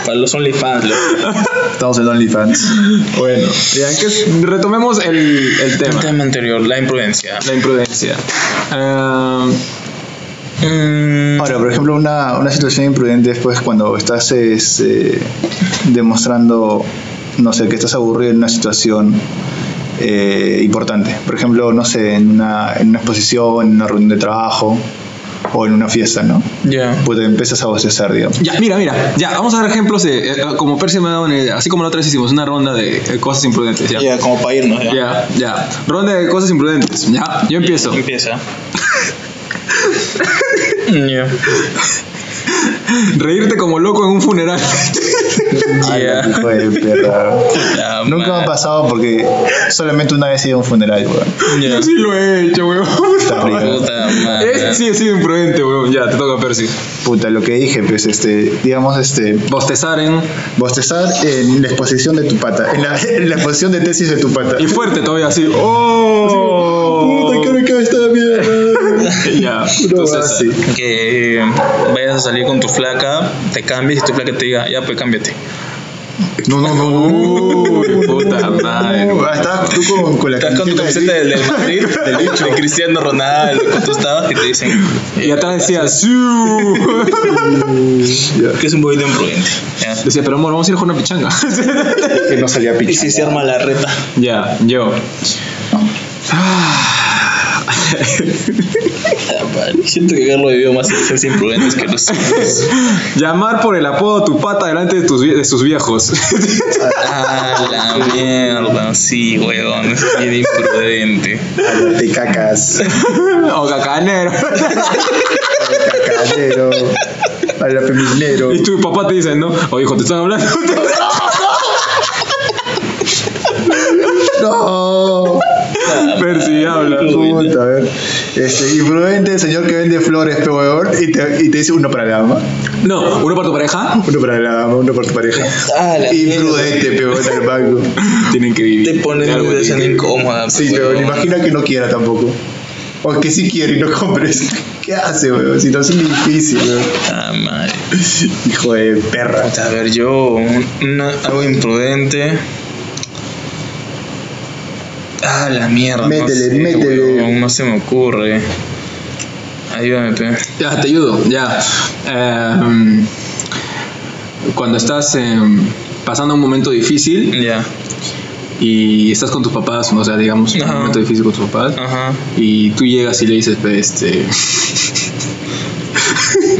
Speaker 1: para los OnlyFans. loco.
Speaker 3: Estamos en OnlyFans.
Speaker 2: Bueno, ya que retomemos el, el
Speaker 1: El
Speaker 2: tema.
Speaker 1: tema anterior, la imprudencia.
Speaker 2: La imprudencia. Ah,
Speaker 1: Mm,
Speaker 3: Ahora, por ejemplo, una, una situación imprudente es pues cuando estás es, eh, demostrando, no sé, que estás aburrido en una situación eh, importante. Por ejemplo, no sé, en una, en una exposición, en una reunión de trabajo, o en una fiesta, ¿no?
Speaker 1: Ya.
Speaker 3: Pues te empiezas a bostezar, digamos.
Speaker 2: Ya, mira, mira, ya, vamos a dar ejemplos de, eh, como Percy me ha dado una idea, así como la otra vez hicimos una ronda de eh, cosas imprudentes, ya.
Speaker 5: Ya, como para irnos, ya.
Speaker 2: Ya, ya. Ronda de cosas imprudentes, ya. Yo empiezo.
Speaker 5: Empieza.
Speaker 1: Ya.
Speaker 2: Reírte como loco en un funeral.
Speaker 3: Ay,
Speaker 1: Ya.
Speaker 3: hijo de perra.
Speaker 1: La
Speaker 3: Nunca me ha
Speaker 1: madre.
Speaker 3: pasado porque solamente una vez he ido a un funeral, weón.
Speaker 1: Ya.
Speaker 2: Yo sí lo he hecho, weón.
Speaker 3: Está rico.
Speaker 1: Puta madre.
Speaker 2: Es, sí, he sido imprudente, weón. Ya, te toca Percy.
Speaker 3: Puta, lo que dije, pues, este, digamos, este,
Speaker 2: Bostezar en...
Speaker 3: bostezar en la exposición de tu pata, en la, en la exposición de tesis de tu pata.
Speaker 2: Y fuerte todavía, así. ¡Oh!
Speaker 3: Puta, ¿qué hora que esta mierda?
Speaker 2: Ya,
Speaker 3: Bro,
Speaker 2: entonces... eh,
Speaker 3: así.
Speaker 1: que vayas a salir con tu flaca, te cambies y tu flaca te diga, ya pues cámbiate.
Speaker 3: No, no, no.
Speaker 2: Uy, puta madre,
Speaker 3: No,
Speaker 2: weón.
Speaker 3: Estabas tú con, con la
Speaker 1: Estás con tu camiseta del, del Madrid, del de Cristiano Ronaldo, con tú estabas y te dicen
Speaker 2: Y atrás decía... "Siu".
Speaker 1: que es un poquito imprudente. Ya.
Speaker 2: Decía, pero amor, vamos a ir a jugar una pichanga.
Speaker 3: que no salía
Speaker 5: Y
Speaker 3: picha.
Speaker 5: si se arma la reta.
Speaker 2: Ya, yo.
Speaker 5: Ah, madre, Siento que Carlos vivió más esas imprudentes que los otros.
Speaker 2: Llamar por el apodo tu pata delante de, tus vie- de sus viejos.
Speaker 1: Ah, la mierda, sí, weón, es bien imprudente.
Speaker 3: Te cacas,
Speaker 2: o cacanero.
Speaker 3: cacadero, a la feminero.
Speaker 2: y tu papá te dice, ¿no? O hijo, te están hablando.
Speaker 3: No.
Speaker 2: Percy habla.
Speaker 3: Puta, a ver. Este, imprudente el señor que vende flores, pe huevón, y te, y te dice uno para la dama,
Speaker 2: No, uno para tu pareja.
Speaker 3: uno para la dama, uno para tu pareja.
Speaker 5: Ah, la
Speaker 3: Imprudente, pe huevón, al banco.
Speaker 2: Tienen que vivir.
Speaker 5: Te pone
Speaker 2: de
Speaker 5: en
Speaker 2: algo
Speaker 5: una
Speaker 2: tienen
Speaker 5: escena
Speaker 2: que-
Speaker 5: incómoda. pues,
Speaker 3: Sí,
Speaker 5: pero
Speaker 3: pero imagina que no quiera tampoco. O que sí quiere y no compres. ¿Qué hace, weón? Si no es difícil, weón.
Speaker 1: Ah, madre.
Speaker 3: Hijo de perra.
Speaker 1: Puta, a ver, yo, un- una- algo imprudente. Ah, la mierda.
Speaker 3: Métele,
Speaker 1: no sé,
Speaker 3: métele.
Speaker 1: weón, no se me ocurre. Ayúdame, pe.
Speaker 2: Ya, te ayudo, ya. Eh, mm, cuando estás em, pasando un momento difícil
Speaker 1: Ya.
Speaker 2: y estás con tus papás, o sea, digamos, un
Speaker 1: Ajá.
Speaker 2: momento difícil con tus papás,
Speaker 1: Ajá.
Speaker 2: y tú llegas y le dices, pues, este.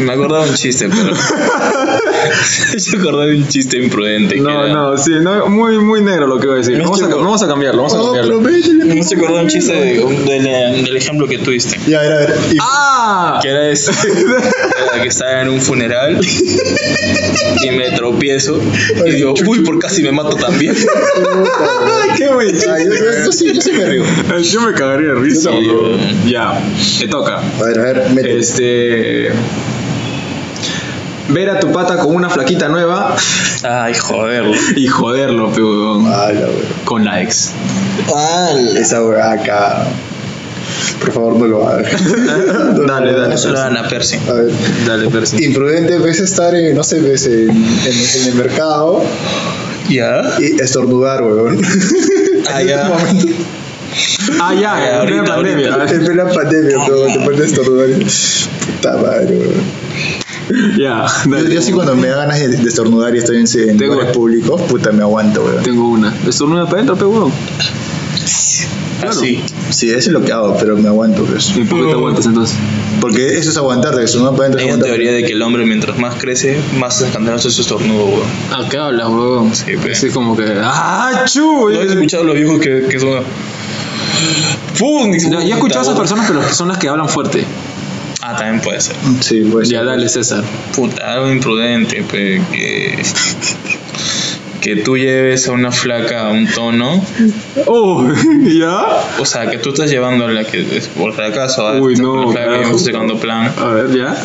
Speaker 1: Me acordaba un chiste, pero. Yo acordaba de un chiste imprudente. que
Speaker 2: No,
Speaker 1: era-
Speaker 2: no, sí, no, muy, muy negro lo que voy a decir.
Speaker 5: No
Speaker 2: Vamos a,
Speaker 5: estoy-
Speaker 2: vamos a cambiarlo, vamos a
Speaker 3: No,
Speaker 2: cambiarlo.
Speaker 3: pero métele, pe.
Speaker 5: No se acordó un chiste de- del, del ejemplo que tuviste.
Speaker 3: Ya, a ver, a ver. Y-
Speaker 2: ¡Ah!
Speaker 1: Que era este. era que estaba en un funeral. Y me tropiezo. Y digo, uy, por casi me mato también.
Speaker 2: ¡Qué buen chiste!
Speaker 3: Ay, yo, yo- yo sí, yo sí me río.
Speaker 2: Yo me cagaría de risa,
Speaker 1: Sí,
Speaker 2: bro.
Speaker 1: yo-
Speaker 2: Ya, te toca.
Speaker 3: A ver, a ver, métele.
Speaker 2: Este. Ver a tu pata con una flaquita nueva
Speaker 1: Ay, joderlo.
Speaker 2: y joderlo, pe, huevón,
Speaker 3: Ah, la weón.
Speaker 2: con la ex.
Speaker 5: Ah,
Speaker 3: Esa weón acá. Por favor, no lo hagas. No,
Speaker 2: Dale,
Speaker 3: no,
Speaker 2: dale.
Speaker 5: Eso lo gana Percy.
Speaker 3: A ver.
Speaker 2: Dale, Percy.
Speaker 3: Imprudente ves estar, en, no sé, ves en, en- en el mercado
Speaker 1: ¿Ya?
Speaker 3: y estornudar, weón.
Speaker 1: Ah,
Speaker 3: En este
Speaker 1: ya.
Speaker 3: momento,
Speaker 2: Ah, ya,
Speaker 1: Ya,
Speaker 2: en plena
Speaker 1: ahorita,
Speaker 2: pandemia.
Speaker 3: En plena pandemia, weón, te pones a estornudar. y- Puta madre, weón.
Speaker 2: Ya,
Speaker 3: Yo,
Speaker 2: dale.
Speaker 3: yo sí cuando me da ganas de, de estornudar y estoy en, en
Speaker 2: Tengo-
Speaker 3: lugares públicos, puta, me aguanto, weón.
Speaker 2: Tengo una. ¿Estornuda para adentro, pe, huevón?
Speaker 1: Ah,
Speaker 2: Ah,
Speaker 1: Así.
Speaker 3: Sí, eso es lo que hago, pero me aguanto, pues.
Speaker 2: ¿Y por qué te aguantas entonces?
Speaker 3: Porque eso es aguantarte, eso no puede entrar.
Speaker 1: Hay una teoría de que el hombre, mientras más crece, más escandaloso es su estornudo, weón.
Speaker 2: Ah, ¿qué hablas, huevón?
Speaker 1: Sí, pe.
Speaker 2: Así como que. ¡Ah, chu!
Speaker 1: ¿No has escuchado los viejos que, que son. ¡Pum!
Speaker 2: Ya, ya he escuchado a esas personas, pero son las que hablan fuerte.
Speaker 1: Ah, también puede ser.
Speaker 3: Sí, pues.
Speaker 2: Ya, dale, César.
Speaker 1: Puta, algo imprudente, pe, que. Que tú lleves a una flaca a un tono.
Speaker 2: ¡Oh! ¿Ya?
Speaker 1: O sea, que tú estás llevando a la que. es Por si acaso, ah, a
Speaker 2: Uy,
Speaker 1: esta flaca
Speaker 2: no,
Speaker 1: que lleva
Speaker 2: carajo.
Speaker 1: un segundo plan.
Speaker 2: A ver, ¿ya?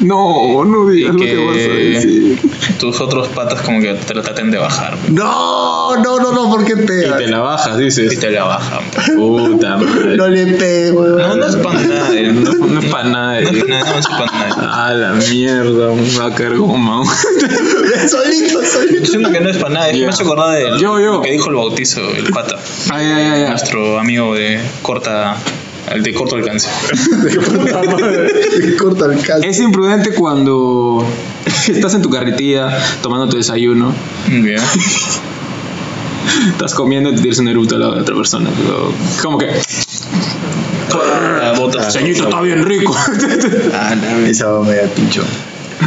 Speaker 2: No, no digas
Speaker 1: Y
Speaker 2: lo que vas a
Speaker 1: que.
Speaker 2: decir.
Speaker 1: Tus otros patas, como que te la traten de bajar. pe,
Speaker 3: No, no, no, no, ¿por qué
Speaker 2: Y
Speaker 3: pega?
Speaker 2: te la bajas,
Speaker 1: Y
Speaker 2: dices.
Speaker 1: te la bajan. pe.
Speaker 2: Puta madre.
Speaker 3: No
Speaker 2: No,
Speaker 3: le pegues, weón.
Speaker 1: No, no es para nadie. No,
Speaker 2: no, es para
Speaker 1: no es
Speaker 2: nadie.
Speaker 1: para nadie, no es para nadie.
Speaker 2: Ah, la mierda, un vacar goma.
Speaker 3: solito, solito.
Speaker 1: Siento que no es para nadie.
Speaker 2: Ya.
Speaker 1: Me has acordado de
Speaker 2: Yo, yo.
Speaker 1: lo que dijo el bautizo, el pata.
Speaker 2: Ay, ay, ay, ay.
Speaker 1: Nuestro amigo de corta. El de corto alcance.
Speaker 3: Me corta el caso.
Speaker 2: Es imprudente cuando estás en tu carretilla tomando tu desayuno,
Speaker 1: Bien.
Speaker 2: estás comiendo y te tiras un eructo al lado de otra persona. Como que.
Speaker 1: Ah, botas.
Speaker 2: Señorito, está bien rico.
Speaker 3: Ah, no, esa va me da el pincho.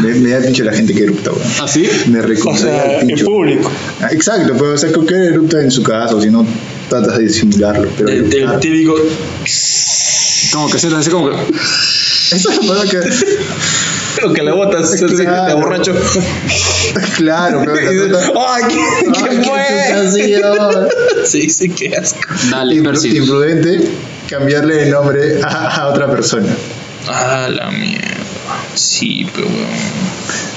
Speaker 3: Me, me da el pincho la gente que erupta, weón.
Speaker 2: ¿Así?
Speaker 3: Me recuerda
Speaker 6: O sea,
Speaker 3: el
Speaker 6: en
Speaker 3: pincho.
Speaker 6: público.
Speaker 3: Ah, Exacto, pero o sea, creo que erupta en su casa, o si no, tratas de disimularlo. Pero
Speaker 1: El, el
Speaker 3: eructar-
Speaker 1: típico.
Speaker 2: Como que se hace como que.
Speaker 3: Esa es la palabra que.
Speaker 1: Lo que le botas. se- se- Te
Speaker 3: Claro.
Speaker 1: borracho.
Speaker 3: Claro, pero
Speaker 1: Y
Speaker 3: la
Speaker 1: dices,
Speaker 3: trata-
Speaker 1: ¡Ay, qué,
Speaker 3: Ay,
Speaker 1: qué
Speaker 3: qué
Speaker 1: fue!
Speaker 3: sensación.
Speaker 1: Sí, sí, qué asco.
Speaker 2: Dale,
Speaker 3: Impru-
Speaker 2: Percy.
Speaker 3: Imprudente cambiarle el nombre a, a otra persona.
Speaker 1: Ah, la mierda. Sí, pero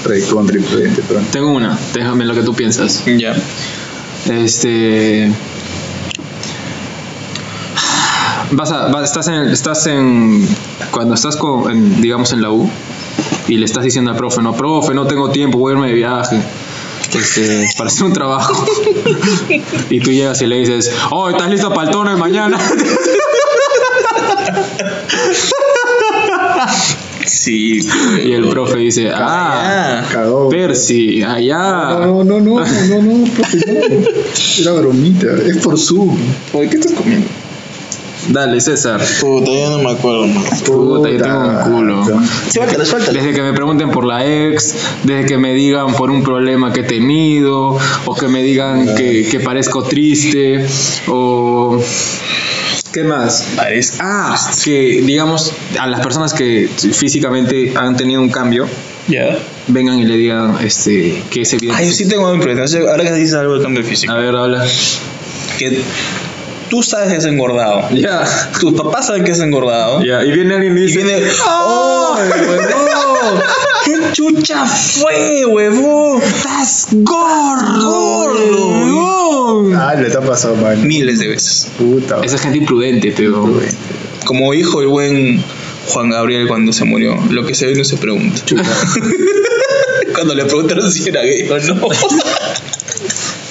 Speaker 3: Rey contra imprudente, perdón.
Speaker 2: Tengo una. Déjame lo que tú piensas.
Speaker 1: Ya.
Speaker 2: Este. Vas a, vas- estás, en, estás en. Cuando estás, con, en, digamos, en la U y le estás diciendo al profe, no, profe, no tengo tiempo, voy a irme de viaje. Este, para hacer un trabajo. y tú llegas y le dices, oh, estás listo para el tono de mañana.
Speaker 1: Sí, pues.
Speaker 2: y el profe dice, ah,
Speaker 1: Ah,
Speaker 3: Cagó.
Speaker 2: Percy, allá.
Speaker 3: No, no, no, no, no, no, profe, no. Era bromita, es por su.
Speaker 1: oye, ¿qué estás comiendo?
Speaker 2: Dale, César.
Speaker 6: Puta, ya no me acuerdo más.
Speaker 2: Puta, yo tengo un culo.
Speaker 6: Sí, bájale, suéltale.
Speaker 2: Desde que me pregunten por la ex, desde que me digan por un problema que he tenido, o que me digan que, que parezco triste, o... ¿Qué más?
Speaker 1: Parece.
Speaker 2: Ah, que digamos a las personas que físicamente han tenido un cambio,
Speaker 1: Ya.
Speaker 2: vengan y le digan este, que es
Speaker 1: Ah, yo
Speaker 2: evidente.
Speaker 1: sí tengo una imprudencia. Ahora que dices algo de cambio físico.
Speaker 2: A ver, habla.
Speaker 3: Ah.
Speaker 1: Que tú sabes que es engordado.
Speaker 2: Ya,
Speaker 1: Tus papás saben que es engordado.
Speaker 2: ya. Y viene alguien y
Speaker 1: Y
Speaker 2: dice...
Speaker 1: viene. ¡Oh, huevón! Oh, ¡Qué chucha fue, huevón! ¡Estás gordo! huevón!
Speaker 3: Ah, le está pasado mal.
Speaker 1: Miles de veces.
Speaker 3: Puta.
Speaker 2: Esa es gente imprudente, pero...
Speaker 1: Como dijo el buen Juan Gabriel cuando se murió, lo que se ve no se pregunta. cuando le preguntaron si era gay o no.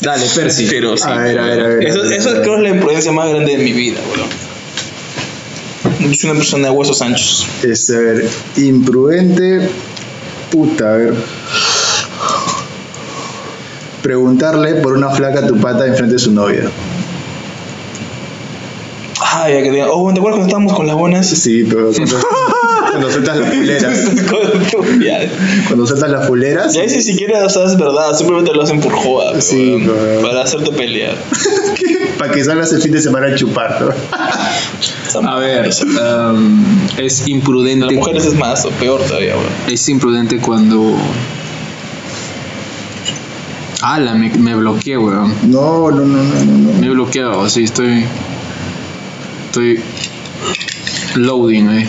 Speaker 2: Dale, Percy.
Speaker 1: Pero sí.
Speaker 3: A ver, a ver, a ver.
Speaker 1: Eso,
Speaker 3: a ver,
Speaker 1: eso
Speaker 3: a ver.
Speaker 1: creo es la imprudencia más grande de mi vida, weón. Yo soy una persona de huesos anchos.
Speaker 3: Este, a ver, imprudente. Puta, a ver. Preguntarle por una flaca a tu pata enfrente de su novia.
Speaker 1: Ay, ya que digan, oh, ¿te acuerdas cuando estábamos con las buenas?
Speaker 3: Sí, pero cuando, cuando sueltas las fuleras.
Speaker 1: ya,
Speaker 3: Cuando sueltas las fuleras.
Speaker 2: ¿Eh?
Speaker 1: ya ahí sí siquiera o sea, es verdad, simplemente lo hacen por joda, pe,
Speaker 3: Sí,
Speaker 1: weón,
Speaker 3: weón.
Speaker 1: para hacerte pelear.
Speaker 3: Para que salgas el fin de semana a chupar, ¿no?
Speaker 2: A ver, em, es
Speaker 1: Las
Speaker 2: imprudente.
Speaker 1: mujeres es más o peor todavía, weón.
Speaker 2: Es imprudente cuando. Ala, me, me bloqueé, weón.
Speaker 3: No, no, no, no, no, no.
Speaker 2: Me he bloqueado, así estoy. Estoy. Loading, eh.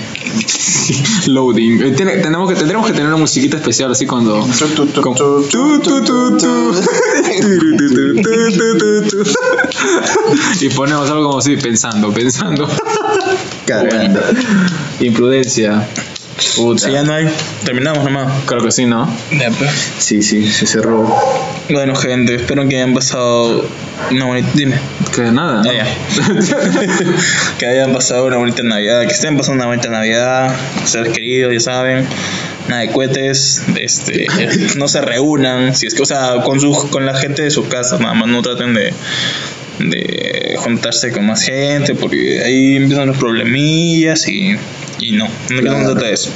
Speaker 2: Loading. Eh, tiene- tenemos que, tendremos que tener una musiquita especial así cuando. con- Tu, tu, tu, tu. Tu, tu, tu, tu, tu, tu, tu. Y ponemos algo como así, pensando, pensando.
Speaker 3: Caramba.
Speaker 2: Imprudencia. Puta.
Speaker 1: Si ya no hay, terminamos nomás.
Speaker 2: Creo que sí, ¿no?
Speaker 1: Ya, pues. pe.
Speaker 3: Sí, sí, se cerró.
Speaker 1: Bueno, gente, espero que hayan pasado una bonita. Dime.
Speaker 2: Que nada. ¿no?
Speaker 1: Ah, ya. que hayan pasado una bonita Navidad, que estén pasando una bonita Navidad, seres queridos, ya saben. Nada de cohetes, este, no se reúnan, si es que, o sea, con, sus con la gente de sus casas, nada más no traten de, de juntarse con más gente, porque ahí empiezan los problemillas y, y no, no, que no se trata de eso.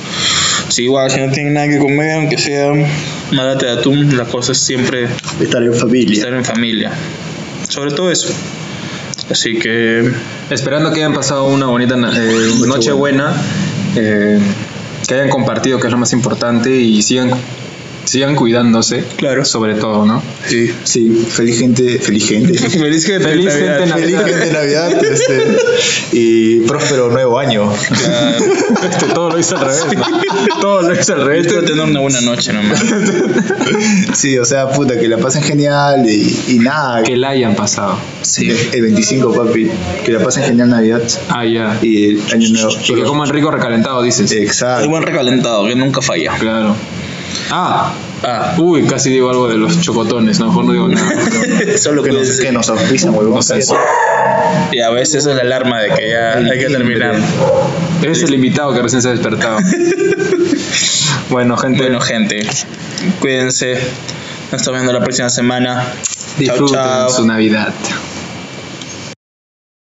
Speaker 1: Si igual, si no tienen nada que comer, aunque sea malate de atún, la cosa es siempre
Speaker 3: Estar en familia.
Speaker 1: estar en familia, sobre todo eso. Así que
Speaker 2: Esperando que hayan pasado una bonita na- eh, noche buena. eh, que hayan compartido, que es lo más importante. Y sigan, sigan cuidándose.
Speaker 1: Claro.
Speaker 2: Sobre todo, ¿no?
Speaker 3: Sí, sí. Feliz gente, feliz gente.
Speaker 1: Feliz gente.
Speaker 2: Feliz gente
Speaker 3: Feliz
Speaker 2: Navidad.
Speaker 3: gente Navidad este, y próspero nuevo año.
Speaker 2: Este, todo lo hice al revés. ¿no? Todo lo hice al revés. este.
Speaker 1: Espero tener una buena noche nomás.
Speaker 3: Sí, o sea, puta, que la pasen genial y, y nada.
Speaker 2: Que la hayan pasado.
Speaker 3: El 25, papi. Que la pasen genial Navidad
Speaker 2: Ah, ya. Y,
Speaker 3: y el año nuevo.
Speaker 2: que Eh. coman rico recalentado, dices.
Speaker 1: El
Speaker 3: Exacto.
Speaker 1: buen recalentado, que nunca falla.
Speaker 2: Claro. Ah,
Speaker 1: Ah,
Speaker 2: uy, casi digo algo de los chocotones. A lo mejor no digo nada.
Speaker 1: solo
Speaker 3: Que nos, que nos auspician, huevón.
Speaker 1: Y a veces es la alarma de que ya hay que terminar.
Speaker 2: Eres el invitado que recién se ha despertado. Bueno, gente.
Speaker 1: Bueno, gente, cuídense. Nos estamos viendo la próxima semana. Chao,
Speaker 2: Disfruten
Speaker 1: chao.
Speaker 2: su Navidad.